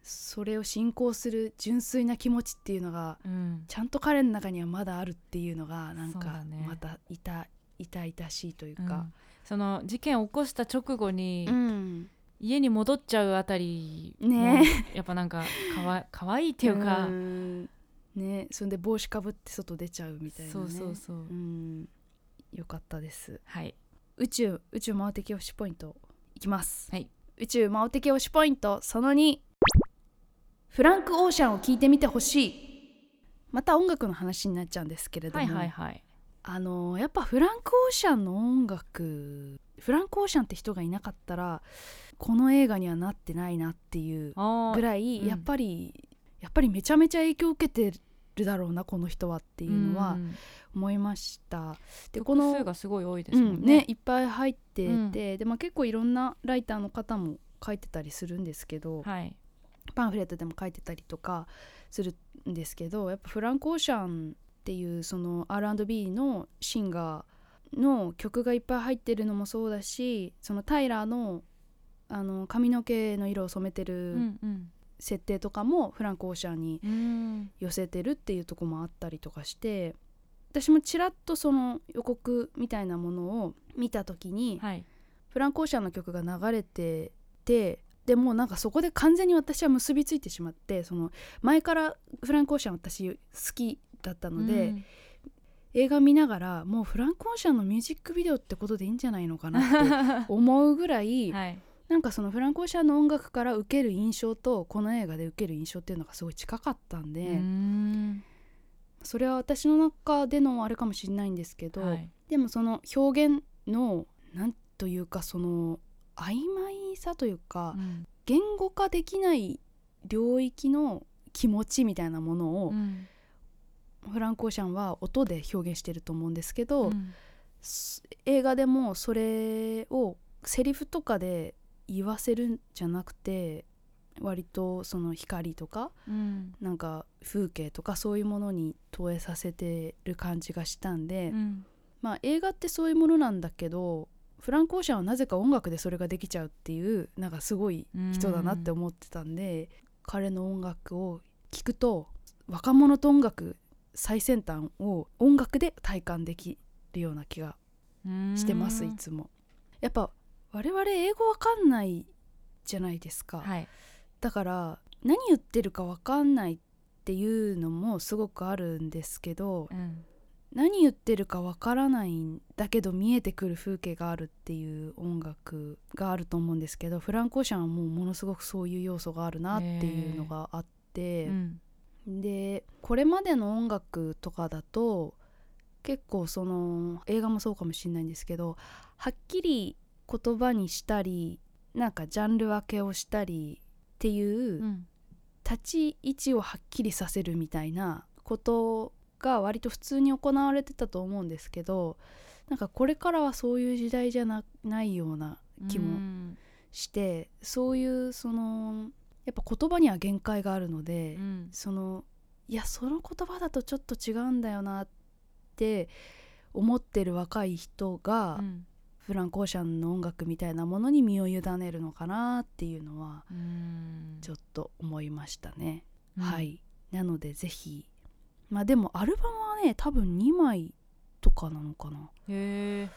Speaker 3: それを信仰する純粋な気持ちっていうのが
Speaker 2: うん
Speaker 3: ちゃんと彼の中にはまだあるっていうのがなん
Speaker 2: そう
Speaker 3: か
Speaker 2: だね
Speaker 3: またいた、痛々しいという
Speaker 2: う
Speaker 3: か
Speaker 2: ん、その事件を起こした直後に、
Speaker 3: うん
Speaker 2: 家に戻っちゃうあたりも
Speaker 3: ね
Speaker 2: やっぱなんかかわかわいいって [LAUGHS] いうか、
Speaker 3: んねそれで帽子かぶって外出ちゃうみたいなね
Speaker 2: そうそうそう、
Speaker 3: うんよかったです
Speaker 2: はい
Speaker 3: 宇宙宇宙魔王的推しポイントいきます、
Speaker 2: はい
Speaker 3: 宇宙魔王的推しポイントその2フランク・オーシャンを聴いてみてほしいまた音楽の話になっちゃうんですけれど
Speaker 2: は
Speaker 3: も、
Speaker 2: いはいはい
Speaker 3: あのーやっぱフランク・オーシャンの音楽フランク・オーシャンって人がいなかったらこの映画にはなってないなっていう
Speaker 2: あ
Speaker 3: ぐ
Speaker 2: ー
Speaker 3: らい、
Speaker 2: うん
Speaker 3: やっぱりやっぱりめちゃめちゃ影響を受けてるだろうなこの人はっていうの
Speaker 2: う
Speaker 3: は
Speaker 2: ん
Speaker 3: 思いました。でこ
Speaker 2: 曲
Speaker 3: の
Speaker 2: 数がすごい多いです
Speaker 3: う
Speaker 2: もん
Speaker 3: ん
Speaker 2: ね,、
Speaker 3: ね、いっぱい入ってて、
Speaker 2: うん
Speaker 3: でまあ、結構いろんなライターの方も書いてたりするんですけど、
Speaker 2: はい
Speaker 3: パンフレットでも書いてたりとかするんですけどやっぱフランク・オーシャンっていうその R&B のシンガーの曲がいっぱい入ってるのもそうだしそのタイラーのあの髪の毛の色を染めて
Speaker 2: う
Speaker 3: る
Speaker 2: んうん
Speaker 3: 設定とかもフランク・オーシャンに
Speaker 2: うん
Speaker 3: 寄せてるっていうとこもあったりとかして私もちらっとその予告みたいなものを見た時に、
Speaker 2: はい
Speaker 3: フランク・オーシャンの曲が流れててでもうなんかそこで完全に私は結びついてしまってその前からフランク・オーシャン私好きだったので、
Speaker 2: うん
Speaker 3: 映画見ながらもうフランク・オーシャンのミュージックビデオってことでいいんじゃないのか
Speaker 2: [LAUGHS]
Speaker 3: なって思うぐらい、
Speaker 2: はい
Speaker 3: なんかそのフランク・オーシャンの音楽から受ける印象とこの映画で受ける印象っていうのがすごい近かったんで、
Speaker 2: うん
Speaker 3: それは私の中でのあれかもしれないんですけど、
Speaker 2: はい
Speaker 3: でもその表現のなんというかその曖昧さというか、
Speaker 2: うん
Speaker 3: 言語化できない領域の気持ちみたいなものを、
Speaker 2: うん
Speaker 3: フランク・オーシャンは音で表現してると思うんですけど、
Speaker 2: うん
Speaker 3: す映画でもそれをセリフとかで言わせるんじゃなくて割とその光とか
Speaker 2: うん
Speaker 3: なんか風景とかそういうものに投影させてる感じがしたんで、
Speaker 2: うん
Speaker 3: まあ映画ってそういうものなんだけどフランク・オーシャンはなぜか音楽でそれができちゃうっていうなんかすごい人だなって思ってたんで、彼の音楽を聴くと若者と音楽最先端を音楽で体感できるような気がしてます、
Speaker 2: うん
Speaker 3: いつもやっぱ我々英語わかんないじゃないですか、
Speaker 2: はい
Speaker 3: だから何言ってるかわかんないっていうのもすごくあるんですけど、
Speaker 2: うん
Speaker 3: 何言ってるかわからないんだけど見えてくる風景があるっていう音楽があると思うんですけどフランコーシャンはもうものすごくそういう要素があるなっていうのがあって、
Speaker 2: うん
Speaker 3: でこれまでの音楽とかだと結構その映画もそうかもしれないんですけどはっきり言葉にしたりなんかジャンル分けをしたりっていううん立ち位置をはっきりさせるみたいなことが割と普通に行われてたと思うんですけどなんかこれからはそういう時代じゃなないような気
Speaker 2: う
Speaker 3: も
Speaker 2: ん
Speaker 3: して、そういうそのやっぱ言葉には限界があるので、
Speaker 2: うん
Speaker 3: そのいやその言葉だとちょっと違うんだよなって思ってる若い人が、
Speaker 2: うん
Speaker 3: フランコーシャンの音楽みたいなものに身を委ねるのかなっていうのは
Speaker 2: うん
Speaker 3: ちょっと思いましたね。
Speaker 2: うん
Speaker 3: はいなのでぜひまあでもアルバムはね多分2枚とかなのかな
Speaker 2: へえ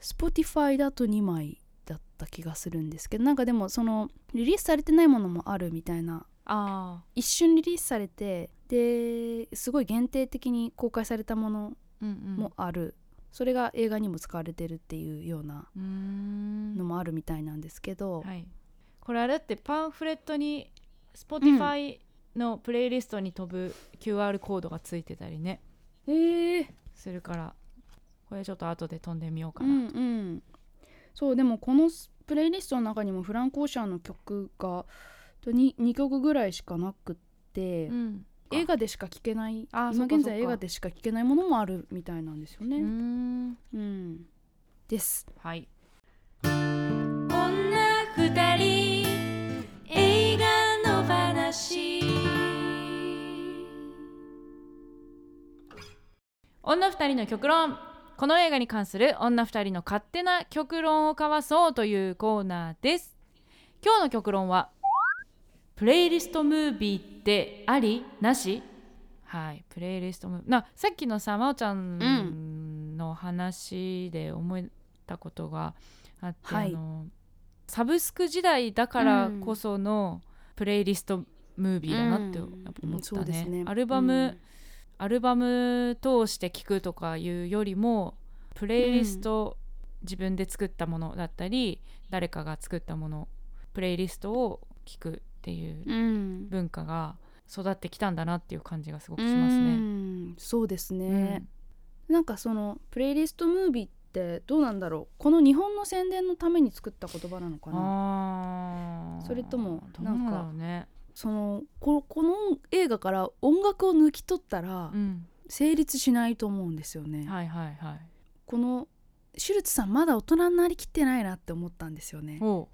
Speaker 3: Spotify だと2枚だった気がするんですけどなんかでもそのリリースされてないものもあるみたいな
Speaker 2: あ
Speaker 3: 一瞬リリースされてですごい限定的に公開されたもの
Speaker 2: あうんうん
Speaker 3: もある、それが映画にも使われてるっていうような
Speaker 2: うーん
Speaker 3: のもあるみたいなんですけど、
Speaker 2: はい、これあれだってパンフレットに Spotify のプレイリストに飛ぶ QR コードがついてたりね
Speaker 3: えー
Speaker 2: するからこれちょっと後で飛んでみようか
Speaker 3: う
Speaker 2: な、
Speaker 3: んうんそうでもこのスプレイリストの中にもフランコーシャンの曲が 2, 2曲ぐらいしかなくって、
Speaker 2: うん
Speaker 3: 映画でしか聴けない
Speaker 2: あ
Speaker 3: 今
Speaker 2: そっか
Speaker 3: 現在
Speaker 2: そっか
Speaker 3: 映画でしか聴けないものもあるみたいなんですよ
Speaker 2: う
Speaker 3: ね。
Speaker 2: ん
Speaker 3: うん、です。
Speaker 2: はい
Speaker 1: 女二人映画の話
Speaker 2: 女二人の極論この映画に関する女二人の勝手な極論を交わそうというコーナーです今日の極論はプレイリストムービーってありなしはいプレイリストムービーなさっきのさまおちゃんの話で思ったことがあって、
Speaker 3: はい
Speaker 2: あのサブスク時代だからこそのプレイリストムービーだなってやっぱ思った
Speaker 3: うんそうで
Speaker 2: ね,、
Speaker 3: すね
Speaker 2: アルバム、アルバム通して聴くとかいうよりもプレイリスト、自分で作ったものだったり誰かが作ったものプレイリストを聴くっていう
Speaker 3: うん、
Speaker 2: 文化が育ってきたんだなっていう感じがすごくしますね。
Speaker 3: ね。そうです
Speaker 2: う
Speaker 3: ね、なんかそのプレイリストムービーってどうなんだろう。この日本の宣伝のために作った言葉なのか
Speaker 2: ん
Speaker 3: な。
Speaker 2: あー
Speaker 3: それとも
Speaker 2: どうなんだろうね。
Speaker 3: そのここの映画から音楽を抜き取ったら
Speaker 2: うん、
Speaker 3: 成立しないと思うんですよね。
Speaker 2: はいはいはい。
Speaker 3: このシュルツさんまだ大人になりきってないなって思ったんですよね。だか
Speaker 2: おう、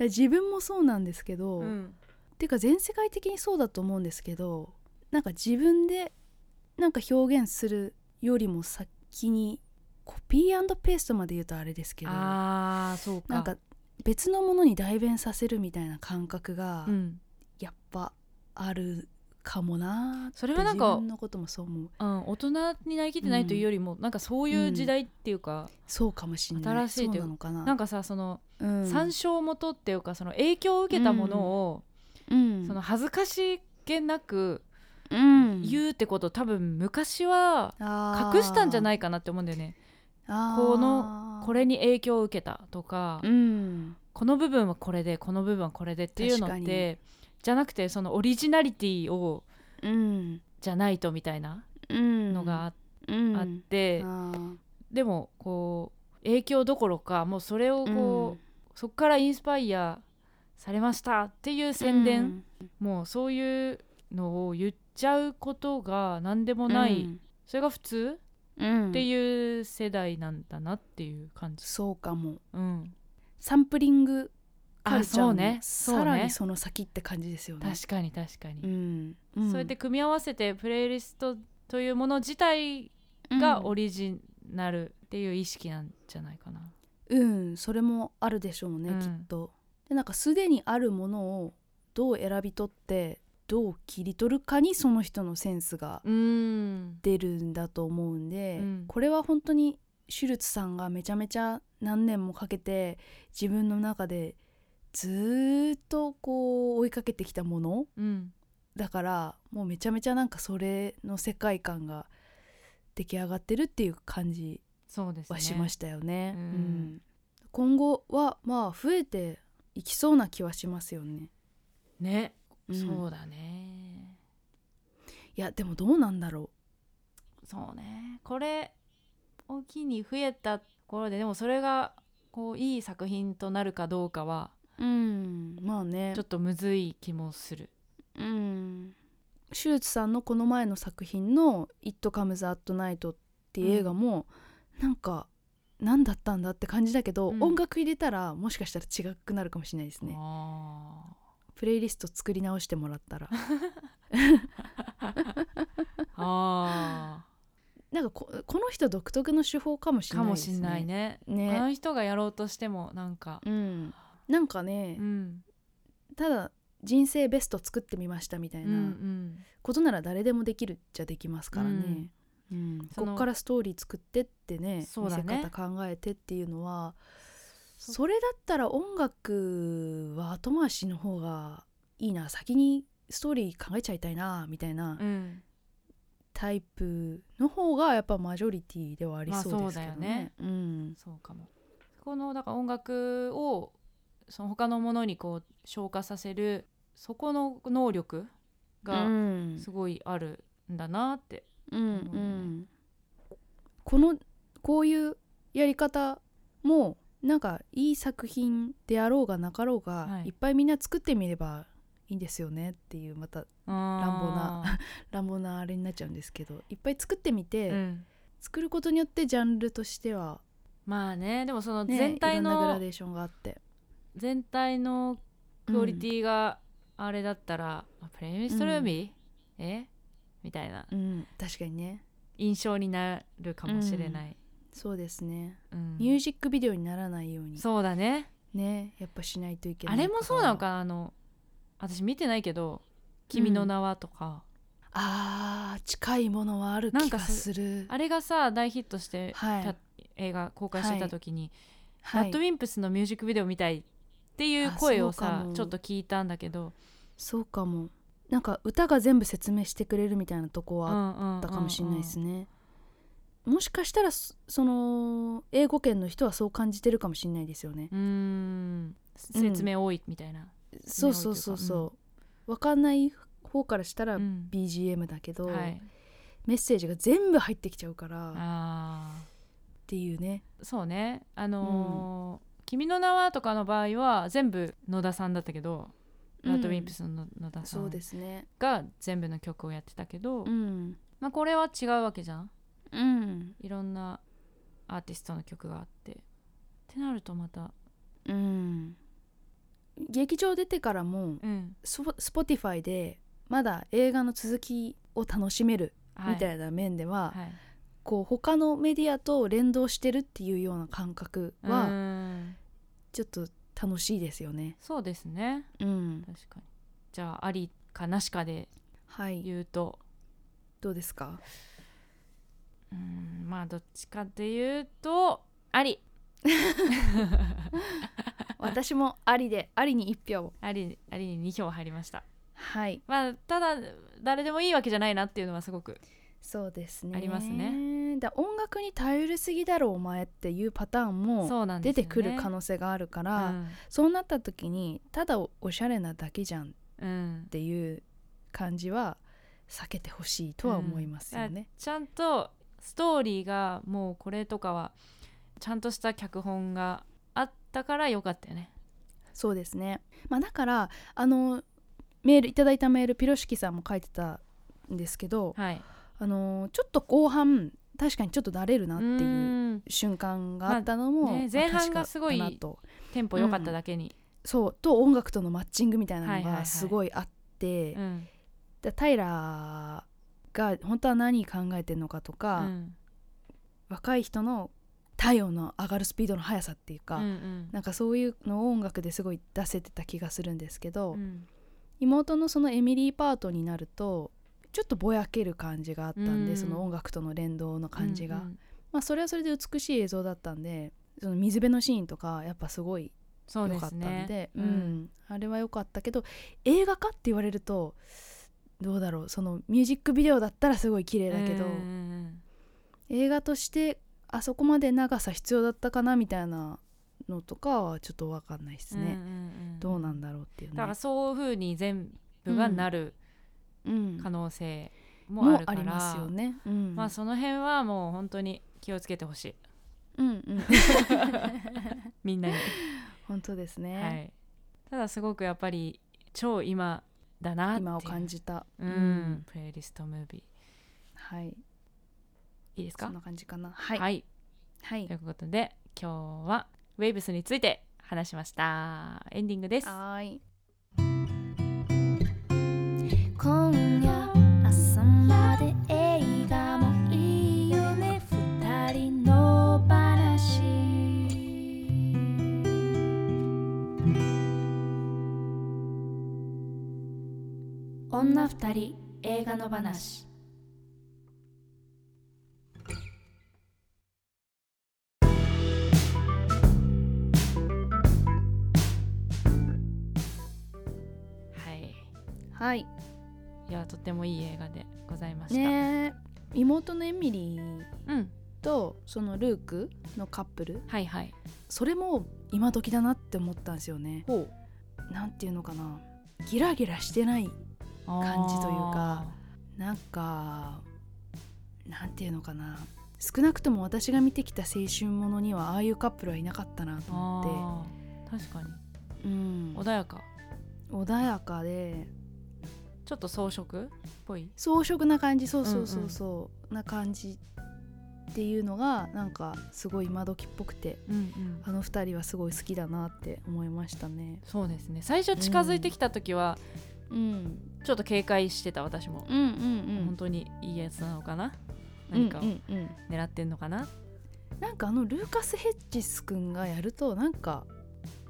Speaker 3: ら自分もそうなんですけど、
Speaker 2: うん、
Speaker 3: てか全世界的にそうだと思うんですけどなんか自分でなんか表現するよりも先にコピーペーストまで言うとあれですけどな
Speaker 2: ああそうか。
Speaker 3: んか別のものに代弁させるみたいな感覚が
Speaker 2: うん、
Speaker 3: やっぱあるかもなーって
Speaker 2: それはなんか
Speaker 3: 自分のこともそう思う
Speaker 2: うん、大人になりきってないというよりも、なんかそういう時代っていうか、
Speaker 3: そうかもしれない
Speaker 2: 新しいと
Speaker 3: そ
Speaker 2: いうう
Speaker 3: なのかな
Speaker 2: なんかさその
Speaker 3: うん
Speaker 2: 参照元っていうかその影響を受けたものを、
Speaker 3: うん
Speaker 2: その恥ずかしげなく
Speaker 3: うん
Speaker 2: 言うってことを多分昔は
Speaker 3: あー
Speaker 2: 隠したんじゃないかなって思うんだよね。
Speaker 3: あー
Speaker 2: このこれに影響を受けたとか、
Speaker 3: うん
Speaker 2: この部分はこれでこの部分はこれでっていうの
Speaker 3: 確
Speaker 2: っ
Speaker 3: かに
Speaker 2: てじゃなくてそのオリジナリティを
Speaker 3: うん
Speaker 2: じゃないとみたいな
Speaker 3: うん
Speaker 2: のがあ,、
Speaker 3: うん
Speaker 2: あって、
Speaker 3: あー
Speaker 2: でもこう影響どころかもうそれをこう、そこからインスパイアされましたっていう宣伝、もうそういうのを言っちゃうことが何でも
Speaker 3: うん
Speaker 2: ない、それが普通
Speaker 3: うん
Speaker 2: っていう世代なんだなっていう感じ、
Speaker 3: そうかも
Speaker 2: うん、
Speaker 3: サンプリングカ
Speaker 2: あ
Speaker 3: ルチャ
Speaker 2: そう
Speaker 3: ー
Speaker 2: ね
Speaker 3: の
Speaker 2: そう
Speaker 3: さら
Speaker 2: ね
Speaker 3: にその先って感じですよね
Speaker 2: 確かに確かに、
Speaker 3: うん
Speaker 2: そうやって組み合わせてプレイリストというもの自体がオ
Speaker 3: り
Speaker 2: リジナルっていう意識なんじゃないかな、
Speaker 3: うんそれもあるでしょうね
Speaker 2: うん
Speaker 3: きっとでなんかすでにあるものをどう選び取ってどう切り取るかにその人のセンスが
Speaker 2: うん
Speaker 3: 出るんだと思うんで、
Speaker 2: うん
Speaker 3: これは本当にシュルツさんがめちゃめちゃ何年もかけて自分の中でずーっとこう追いかけてきたもの
Speaker 2: うん
Speaker 3: だからもうめちゃめちゃなんかそれの世界観が出来上がってるっていう感じ
Speaker 2: そうですね
Speaker 3: はしましたよね。
Speaker 2: う
Speaker 3: うんん今後はまあ増えていきそうな気はしますよね。
Speaker 2: ね、
Speaker 3: うん
Speaker 2: そうだね
Speaker 3: いやでもどうなんだろ
Speaker 2: そうねこれを機に増えたところででもそれがこういい作品となるかどうかは
Speaker 3: う。うんまあね
Speaker 2: ちょっとむずい気もする。
Speaker 3: うん、シュルツさんのこの前の作品の「It Comes at Night」っていう映画も、なんか何だったんだって感じだけど、
Speaker 2: うん
Speaker 3: 音楽入れたらもしかしたら違くなるかもしれないですね。
Speaker 2: あ
Speaker 3: プレイリスト作り直してもらった
Speaker 2: [LAUGHS]
Speaker 3: ら
Speaker 2: ーあ
Speaker 3: なんかここの人独特の手法かもし
Speaker 2: ー
Speaker 3: れ
Speaker 2: か
Speaker 3: ない
Speaker 2: も
Speaker 3: です
Speaker 2: し
Speaker 3: ね。
Speaker 2: んないね。
Speaker 3: ね
Speaker 2: あの人がやろうとしてもなんか、
Speaker 3: うん、なんかね、
Speaker 2: うん、
Speaker 3: ただ人生ベスト作ってみましたみた
Speaker 2: う
Speaker 3: い
Speaker 2: んう
Speaker 3: なんことなら誰でもできるじゃできますからね、うん
Speaker 2: その
Speaker 3: こっからストーリー作ってってね
Speaker 2: そうだね
Speaker 3: 見せ方考えてっていうのは
Speaker 2: そ
Speaker 3: それだったら音楽は後回しの方がいいな先にストーリー考えちゃいたいなみたいな
Speaker 2: うん、
Speaker 3: タイプの方がやっぱマジョリティではありそうですけどね。うん
Speaker 2: そうかも。このだから音楽をその他のものにこう消化させるそこの能力
Speaker 3: う
Speaker 2: が
Speaker 3: ん
Speaker 2: すごいあるんだなって。
Speaker 3: うん
Speaker 2: 思うよね
Speaker 3: うんこのこういうやり方もなんかいい作品であろうがなかろうが、
Speaker 2: はい
Speaker 3: い、っぱいみんな作ってみればいいんですよねっていうまた
Speaker 2: 乱
Speaker 3: 暴な乱暴なあれになっちゃうんですけどいっぱい作ってみて、
Speaker 2: うん、
Speaker 3: 作ることによってジャンルとしては、
Speaker 2: まあねでもその
Speaker 3: ね、
Speaker 2: 全
Speaker 3: い
Speaker 2: 体
Speaker 3: ろんなグ
Speaker 2: の、
Speaker 3: ラデーションがあって
Speaker 2: 全体のクオリティがあれだったら、あプレミストルーミー、えみたいな
Speaker 3: うん、うん確かにね
Speaker 2: 印象になるかもしれない、
Speaker 3: そうですね、
Speaker 2: うん
Speaker 3: ミュージックビデオにならないように
Speaker 2: そうだね
Speaker 3: ねやっぱしないといけな
Speaker 2: あ
Speaker 3: い
Speaker 2: れもそうなのかなあの私見てないけど「君の名は」とか、
Speaker 3: あー近いものはある気
Speaker 2: なんか
Speaker 3: が
Speaker 2: そ
Speaker 3: する
Speaker 2: あれがさ大ヒットして、
Speaker 3: はい
Speaker 2: た映画公開してた時に、
Speaker 3: は
Speaker 2: ラッ
Speaker 3: い
Speaker 2: ドウィンプスのミュージックビデオ見たいっていう
Speaker 3: あ
Speaker 2: 声を
Speaker 3: そうか
Speaker 2: さ
Speaker 3: も
Speaker 2: ちょっと聞いたんだけど
Speaker 3: そうかもなんか歌が全部説明してくれるみたいなとこはあ
Speaker 2: あ
Speaker 3: ったかもしれないですね、もしかしたらそその英語圏の人はそう感じてるかもしれないですよね、
Speaker 2: うーん説明多いみたいな、
Speaker 3: そうそうそうそうわかんない方からしたら
Speaker 2: うん
Speaker 3: BGM だけど、
Speaker 2: はい、
Speaker 3: メッセージが全部入ってきちゃうからっ
Speaker 2: あ
Speaker 3: ていうね
Speaker 2: ーそうねあのー君の名は」とかの場合は全部野田さんだったけど、ラッドウィンプスの野田さ
Speaker 3: そうんですね
Speaker 2: が全部の曲をやってたけ
Speaker 3: う
Speaker 2: ど、
Speaker 3: ん
Speaker 2: まあ、これは違うわけじゃん
Speaker 3: うん
Speaker 2: いろんなアーティストの曲があってってなるとまた
Speaker 3: うん劇場出てからも
Speaker 2: うん
Speaker 3: スポ Spotify でまだ映画の続きを楽しめるみた
Speaker 2: い
Speaker 3: いな面では、
Speaker 2: はい、
Speaker 3: こう他のメディアと連動してるっていうような感覚
Speaker 2: う
Speaker 3: は
Speaker 2: ーん
Speaker 3: ちょっと楽しいですよね。
Speaker 2: そうですね
Speaker 3: うん、
Speaker 2: 確かにじゃあありかなしかで
Speaker 3: はい
Speaker 2: 言うと
Speaker 3: どうです
Speaker 2: [LAUGHS]
Speaker 3: か
Speaker 2: うーんまあどっちかで言うとあり
Speaker 3: 私もありでありに1票を
Speaker 2: ありありに2票入りました
Speaker 3: はい
Speaker 2: まあただ誰でもいいわけじゃないなっていうのはすごく
Speaker 3: そうですね
Speaker 2: ありますね
Speaker 3: だ音楽に頼りすぎだろお前っていうパターンも
Speaker 2: そうなんです
Speaker 3: 出
Speaker 2: よ、ね、
Speaker 3: てくる可能性があるからそう,、なった時にただおおしゃれなだけじゃんっ
Speaker 2: うん、うん
Speaker 3: ていう感じは避けてほしいとは思いますよね。
Speaker 2: ちゃんとストーリーがもうこれとかはちゃんとした脚本があったからよかったよね
Speaker 3: そうですね、まあ、だからあのメールいただいたメールピロシキさんも書いてたんですけど
Speaker 2: はい
Speaker 3: あのちょっと後半確かにちょっとだれるなって
Speaker 2: う
Speaker 3: いう
Speaker 2: ーん
Speaker 3: 瞬間があったのも、
Speaker 2: まあね前半がすごい
Speaker 3: まあ確かだなと
Speaker 2: テンポ良かっただけに、
Speaker 3: そうと音楽とのマッチングみたいな
Speaker 2: はい
Speaker 3: の
Speaker 2: はいはい
Speaker 3: がすごいあって、
Speaker 2: うん
Speaker 3: だタイラーが本当は何考えてるのかと
Speaker 2: う
Speaker 3: か、
Speaker 2: ん
Speaker 3: 若い人の体温の上がるスピードの速さっていうか、
Speaker 2: うんうん
Speaker 3: なんかそういうのを音楽ですごい出せてた気がするんですけど、
Speaker 2: うん
Speaker 3: 妹のそのエミリーパートになるとちょっとぼやける感じがあったんで、
Speaker 2: うん
Speaker 3: その音楽との連動の感じが、
Speaker 2: うんうん
Speaker 3: まあそれはそれで美しい映像だったんでその水辺のシーンとかやっぱすごい
Speaker 2: そう
Speaker 3: 良
Speaker 2: で
Speaker 3: かった
Speaker 2: す
Speaker 3: んで
Speaker 2: ね
Speaker 3: うんあれは良かったけど映画かって言われるとどうだろうそのミュージックビデオだったらすごい綺麗だけど、
Speaker 2: うんうん
Speaker 3: 映画としてあそこまで長さ必要だったかなみたいなのとかはちょっと分かんないです
Speaker 2: うんうん
Speaker 3: ね、
Speaker 2: うん
Speaker 3: どうなんだろうっていうね
Speaker 2: だからそういう風に全部がなる
Speaker 3: うん
Speaker 2: 可能性もあ
Speaker 3: も
Speaker 2: るか
Speaker 3: あり
Speaker 2: ら、
Speaker 3: ますよね、うん
Speaker 2: まあその辺はもう本当に気をつけてほしい
Speaker 3: うんうん、
Speaker 2: みんなに
Speaker 3: [LAUGHS] 本当ですね、
Speaker 2: はい、ただすごくやっぱり超今だなっていう
Speaker 3: 今を感じた、
Speaker 2: うん、プレイリストムービー
Speaker 3: はい
Speaker 2: いいです
Speaker 3: そ
Speaker 2: か
Speaker 3: んな感じかなはい
Speaker 2: は
Speaker 3: はい
Speaker 2: い、ということで今日はウェイブスについて話しましたエンディングです
Speaker 3: はーい
Speaker 1: 今夜朝まで映画もいいよね二人の話女二人映画の話
Speaker 2: はい
Speaker 3: はい
Speaker 2: いやとってもいい映画でございました、
Speaker 3: ねえ妹のエミリー
Speaker 2: うん
Speaker 3: とそのルークのカップル
Speaker 2: はいはい
Speaker 3: それも今時だなって思ったんですよね
Speaker 2: ほう
Speaker 3: なんていうのかなギラギラしてない感じというかなんかなんていうのかな少なくとも私が見てきた青春ものにはああいうカップルはいなかったなと思っ
Speaker 2: あー確かに
Speaker 3: て、うん、
Speaker 2: 穏やか
Speaker 3: 穏やかで
Speaker 2: ちょっと装飾っぽい
Speaker 3: 装飾な感じそうそうそうそう、な感じっていうのがなんかすごい今時っぽくて
Speaker 2: うんうん
Speaker 3: あの二人はすごい好きだなって思いましたね。
Speaker 2: そうですね最初近づいてきた時は
Speaker 3: うん、
Speaker 2: ちょっと警戒してた私も、
Speaker 3: うんうん
Speaker 2: 本当にいいやつなのかな
Speaker 3: うんうん
Speaker 2: 何かを
Speaker 3: うんうん
Speaker 2: 狙ってんのかな、
Speaker 3: なんかあのルーカス・ヘッジス君がやるとなんか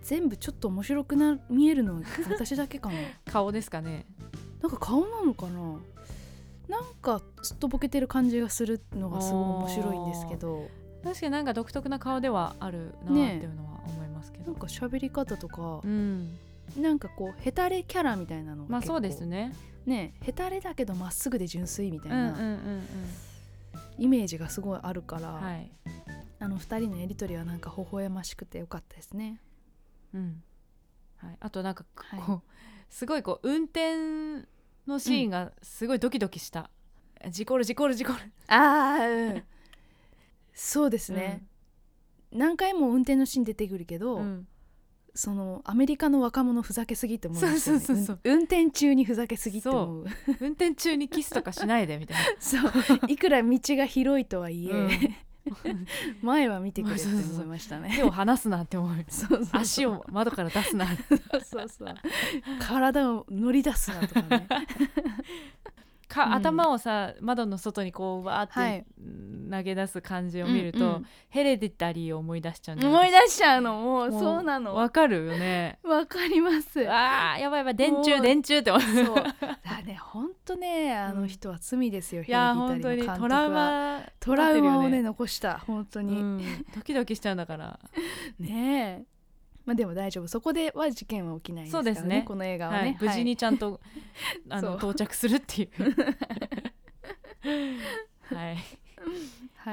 Speaker 3: 全部ちょっと面白くな見えるのは私だけ [LAUGHS] かな
Speaker 2: 顔ですかね
Speaker 3: なんか顔なのかななんかすっとぼけてる感じがするのがすごい面白いんですけど
Speaker 2: 確かになんか独特な顔ではあるなーっていうのは思いますけ
Speaker 3: な
Speaker 2: ど、
Speaker 3: んか喋り方とか
Speaker 2: う、ん
Speaker 3: なんかこうヘタレキャラみたいなのが
Speaker 2: まあ
Speaker 3: 結構
Speaker 2: そうですね
Speaker 3: ねヘタレだけどまっすぐで純粋みた
Speaker 2: う
Speaker 3: い
Speaker 2: んうんうん
Speaker 3: なイメージがすごいあるから、
Speaker 2: うんはい
Speaker 3: あの2人のやり取りはなんか微笑ましくてよかったですね。
Speaker 2: うんはい、あとなんかこう、
Speaker 3: は
Speaker 2: すごいこう運転のシーンがすごいドキドキした、事故る事故る事故る
Speaker 3: あーうんそうですね、何回も運転のシーン出てくるけど、
Speaker 2: うんうん
Speaker 3: そのアメリカの若者ふざけすぎって思いますよね
Speaker 2: そうそうそうそう
Speaker 3: うん運転中にふざけすぎって思う
Speaker 2: 運転中にキスとかしないでみたいな
Speaker 3: [LAUGHS] そういくら道が広いとはいえ、
Speaker 2: うん
Speaker 3: [LAUGHS] 前は見てくれって
Speaker 2: そうそうそう
Speaker 3: 思いましたね
Speaker 2: 手を離すなって思う
Speaker 3: そうそう
Speaker 2: 足を窓から出すな
Speaker 3: そうそう体を乗り出すなとかね
Speaker 2: か、
Speaker 3: うん
Speaker 2: 頭をさ窓の外にこうわーって、
Speaker 3: はい
Speaker 2: うん投げ出す感じを見ると、
Speaker 3: うんうん
Speaker 2: ヘレディタリーを思い出しちゃうんだよね
Speaker 3: 思い出しちゃうのもう
Speaker 2: もう
Speaker 3: そうなのわ
Speaker 2: わかるよね
Speaker 3: かります
Speaker 2: あーやばいやばい電
Speaker 3: も
Speaker 2: 柱
Speaker 3: う
Speaker 2: 電柱って思う [LAUGHS]
Speaker 3: そうだねほんとねあの人は罪ですよ、
Speaker 2: いやー
Speaker 3: ヘレ
Speaker 2: 本
Speaker 3: ディタリーの
Speaker 2: 当に
Speaker 3: 監督は
Speaker 2: トラウマ
Speaker 3: トラウマを
Speaker 2: 立ってる
Speaker 3: ね
Speaker 2: よ
Speaker 3: 残した本当に、
Speaker 2: うんドキドキしちゃうんだから
Speaker 3: ねえまあでも大丈夫そこでは事件は起きないですからね
Speaker 2: そうですね
Speaker 3: この映画はね、
Speaker 2: はい、無事にちゃんと、あの
Speaker 3: そ
Speaker 2: 到着するっ
Speaker 3: [LAUGHS]
Speaker 2: ていう。は
Speaker 3: はい、
Speaker 2: い、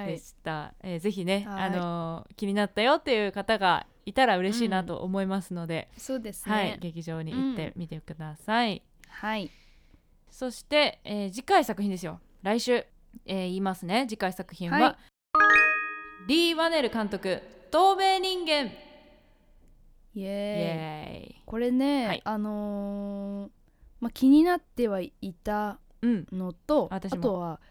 Speaker 3: は
Speaker 2: で
Speaker 3: い、
Speaker 2: した、えーぜひね、
Speaker 3: はい
Speaker 2: あのー気になったよっていう方がいたら嬉しいなと思いますので、
Speaker 3: そうです
Speaker 2: はい、
Speaker 3: ね
Speaker 2: 劇場に行ってみてください、
Speaker 3: はい
Speaker 2: そして、えー次回作品ですよ来週、えー言いますね次回作品は、
Speaker 3: はい
Speaker 2: リー・ワネル監督「透明人間」
Speaker 3: イエーイ
Speaker 2: イエーイ
Speaker 3: これね、
Speaker 2: はい
Speaker 3: あのーまあ、気になってはいた
Speaker 2: うん
Speaker 3: のとあ
Speaker 2: 私も
Speaker 3: とは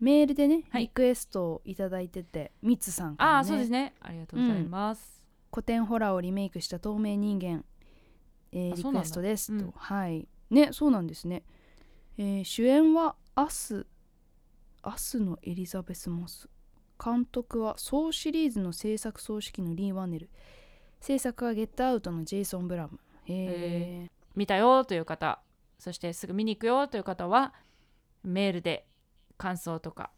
Speaker 3: メールでね、
Speaker 2: はい
Speaker 3: リクエストをいただいててミツさんから、ね、
Speaker 2: ああ、そうですねありがとうございます、
Speaker 3: 古典ホラーをリメイクした透明人間、えー
Speaker 2: あ
Speaker 3: リ
Speaker 2: そう
Speaker 3: ク
Speaker 2: なんだ
Speaker 3: エストですと、
Speaker 2: うん
Speaker 3: はいねそうなんですね、えー主演はアスアスのエリザベス・モス監督はソーシリーズの制作総指揮のリー・ワネル制作はゲットアウトのジェイソン・ブラムへえ
Speaker 2: 見たよという方そしてすぐ見に行くよという方はメールで感想とか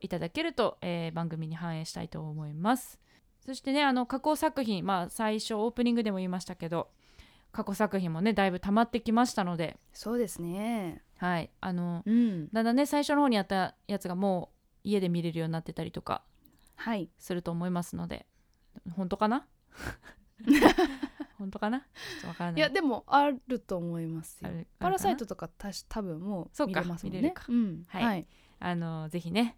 Speaker 2: いただけると、えー番組に反映したいと思いますそしてねあの過去作品まあ最初オープニングでも言いましたけど過去作品もねだいぶ溜まってきましたので
Speaker 3: そうですね
Speaker 2: はいあの
Speaker 3: うん
Speaker 2: だんだんね最初の方にやったやつがもう家で見れるようになってたりとか
Speaker 3: はい
Speaker 2: すると思いますので本当かな [LAUGHS] 本当かなちょっとわからない
Speaker 3: いやでもあると思います
Speaker 2: あ
Speaker 3: よ
Speaker 2: るあ
Speaker 3: パ
Speaker 2: る
Speaker 3: ラ
Speaker 2: かな
Speaker 3: サイトとかたし多分も
Speaker 2: そうう
Speaker 3: 見
Speaker 2: か
Speaker 3: れますもんね
Speaker 2: 見れるか
Speaker 3: うん
Speaker 2: はいあのぜひね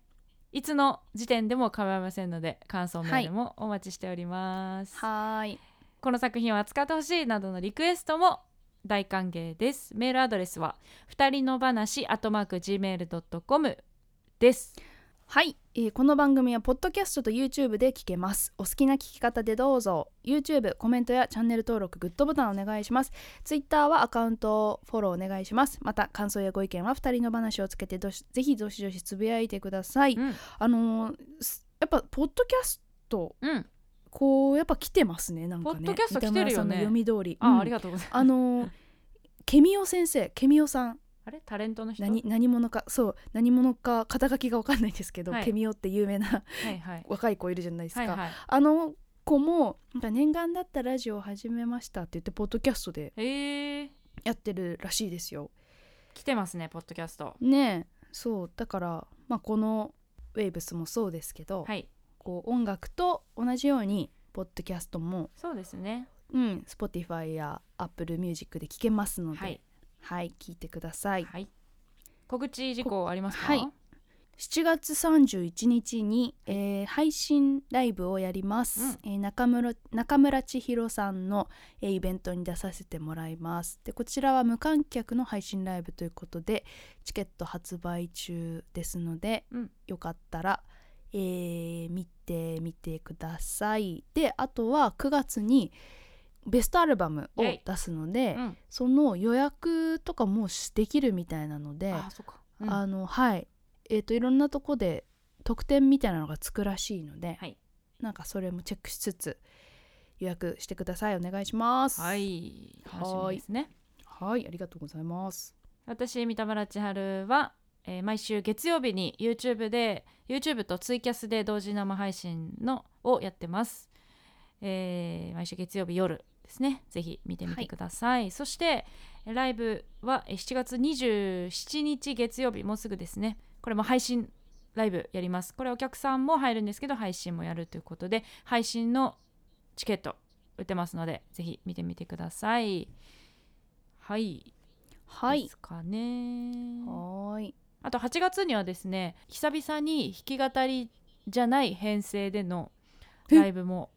Speaker 2: いつの時点でも構いませんので感想メールもお待ちしております、
Speaker 3: はーい
Speaker 2: この作品を扱ってほしいなどのリクエストも大歓迎ですメールアドレスは二人の話アットマーク gmail.com です
Speaker 3: はい、えーこの番組はポッドキャストと YouTube で聞けますお好きな聞き方でどうぞ YouTube コメントやチャンネル登録グッドボタンお願いします Twitter はアカウントをフォローお願いしますまた感想やご意見は二人の話をつけてどしぜひどしどしつぶやいてください、
Speaker 2: うん、
Speaker 3: あのーすやっぱポッドキャスト
Speaker 2: うん、
Speaker 3: こうやっぱ来てますねなんかね
Speaker 2: ポッドキャスト来てる
Speaker 3: 三田村
Speaker 2: よね
Speaker 3: さんの読み通り
Speaker 2: あ、あり
Speaker 3: が
Speaker 2: がとうございます
Speaker 3: あのーケミオ先生ケミオさん
Speaker 2: あれタレントの人
Speaker 3: 何何者かそう何者か肩書きがわかんないんですけど、
Speaker 2: はい
Speaker 3: ケミオって有名な
Speaker 2: はいはい
Speaker 3: 若い子いるじゃないですか、
Speaker 2: はいはい
Speaker 3: あの子もなんか念願だったラジオを始めましたって言ってポッドキャストで
Speaker 2: えー、
Speaker 3: やってるらしいですよ
Speaker 2: 来てますねポッドキャスト
Speaker 3: ねえそうだから、まあ、この「ウェーブスもそうですけど、
Speaker 2: はい
Speaker 3: こう音楽と同じようにポッドキャストも、
Speaker 2: そうですね
Speaker 3: うん、Spotify や Apple Music で聴けますので
Speaker 2: は
Speaker 3: はい
Speaker 2: い、
Speaker 3: 聞いてください
Speaker 2: はい、告知事項ありますか
Speaker 3: はい7月31日に、えー配信ライブをやります、えー中村中村千尋さんの、えーイベントに出させてもらいますでこちらは無観客の配信ライブということでチケット発売中ですので、
Speaker 2: うん
Speaker 3: よかったら、えー見てみてくださいであとは9月にベストアルバムを
Speaker 2: イェイ
Speaker 3: 出すので、
Speaker 2: うん
Speaker 3: その予約とかもしできるみたいなので
Speaker 2: あそっか、うん
Speaker 3: あのはいえっ、といろんなとこで特典みたいなのがつくらしいので、
Speaker 2: はい
Speaker 3: なんかそれもチェックしつつ予約してくださいお願いします
Speaker 2: はい楽しみですね
Speaker 3: はいありがとうございます
Speaker 2: 私三田村千春は、えー毎週月曜日に YouTube で YouTube とツイキャスで同時生配信のをやってます、えー毎週月曜日夜ですねぜひ見てみ
Speaker 3: は
Speaker 2: て
Speaker 3: い
Speaker 2: ください、そしてえーライブはえー7月27日月曜日もうすぐですねこれも配信ライブやりますこれお客さんも入るんですけど配信もやるということで配信のチケット売ってますのでぜひ見てみてくださいはい
Speaker 3: は
Speaker 2: で
Speaker 3: い
Speaker 2: すかね。
Speaker 3: はい
Speaker 2: あと8月にはですね久々に弾き語りじゃない編成でのライブも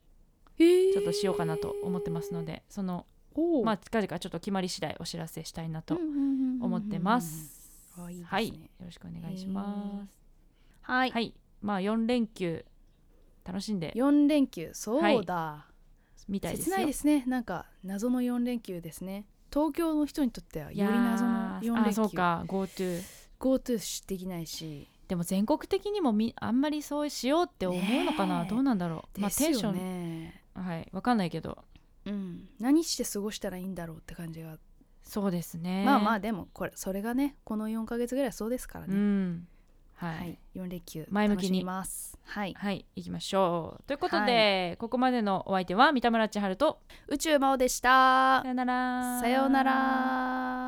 Speaker 3: ち
Speaker 2: ちょっとしようかなと思ってますので、その
Speaker 3: おー
Speaker 2: まあ近々ちょっと決まり次第お知らせしたいなと
Speaker 3: うんうんうんうんうん
Speaker 2: 思ってます。
Speaker 3: うんうんうんうんあ
Speaker 2: はい
Speaker 3: い
Speaker 2: い、
Speaker 3: いですね
Speaker 2: よろしくお願いします。
Speaker 3: はい、
Speaker 2: はい、まあ4連休楽しんで
Speaker 3: 四連休そうだ、
Speaker 2: みたいです
Speaker 3: 切
Speaker 2: よ。
Speaker 3: ないですねなんか謎の四連休ですね東京の人にとってはより謎の
Speaker 2: いや
Speaker 3: 四
Speaker 2: ー
Speaker 3: 連
Speaker 2: あそう
Speaker 3: 休
Speaker 2: か GoTo
Speaker 3: GoTo できないし
Speaker 2: でも全国的にもみあんまりそうしようって思うのかな、
Speaker 3: ねえ
Speaker 2: どうなんだろう。まあ
Speaker 3: です
Speaker 2: テンショ
Speaker 3: よ
Speaker 2: ン、
Speaker 3: ね
Speaker 2: はいわかんないけど
Speaker 3: うん、何して過ごしたらいいんだろうって感じが、
Speaker 2: そうですね。
Speaker 3: まあまあでもこれそれがねこの4ヶ月ぐらいそうですから
Speaker 2: う
Speaker 3: ね、
Speaker 2: ん、はい、
Speaker 3: は
Speaker 2: はいい、
Speaker 3: 4連休
Speaker 2: 前向き
Speaker 3: 楽し
Speaker 2: に
Speaker 3: みますはい
Speaker 2: 行きましょう。ということで、ここまでのお相手は三田村千春と
Speaker 3: 宇宙魔王でした
Speaker 2: さよなら。
Speaker 3: さようなら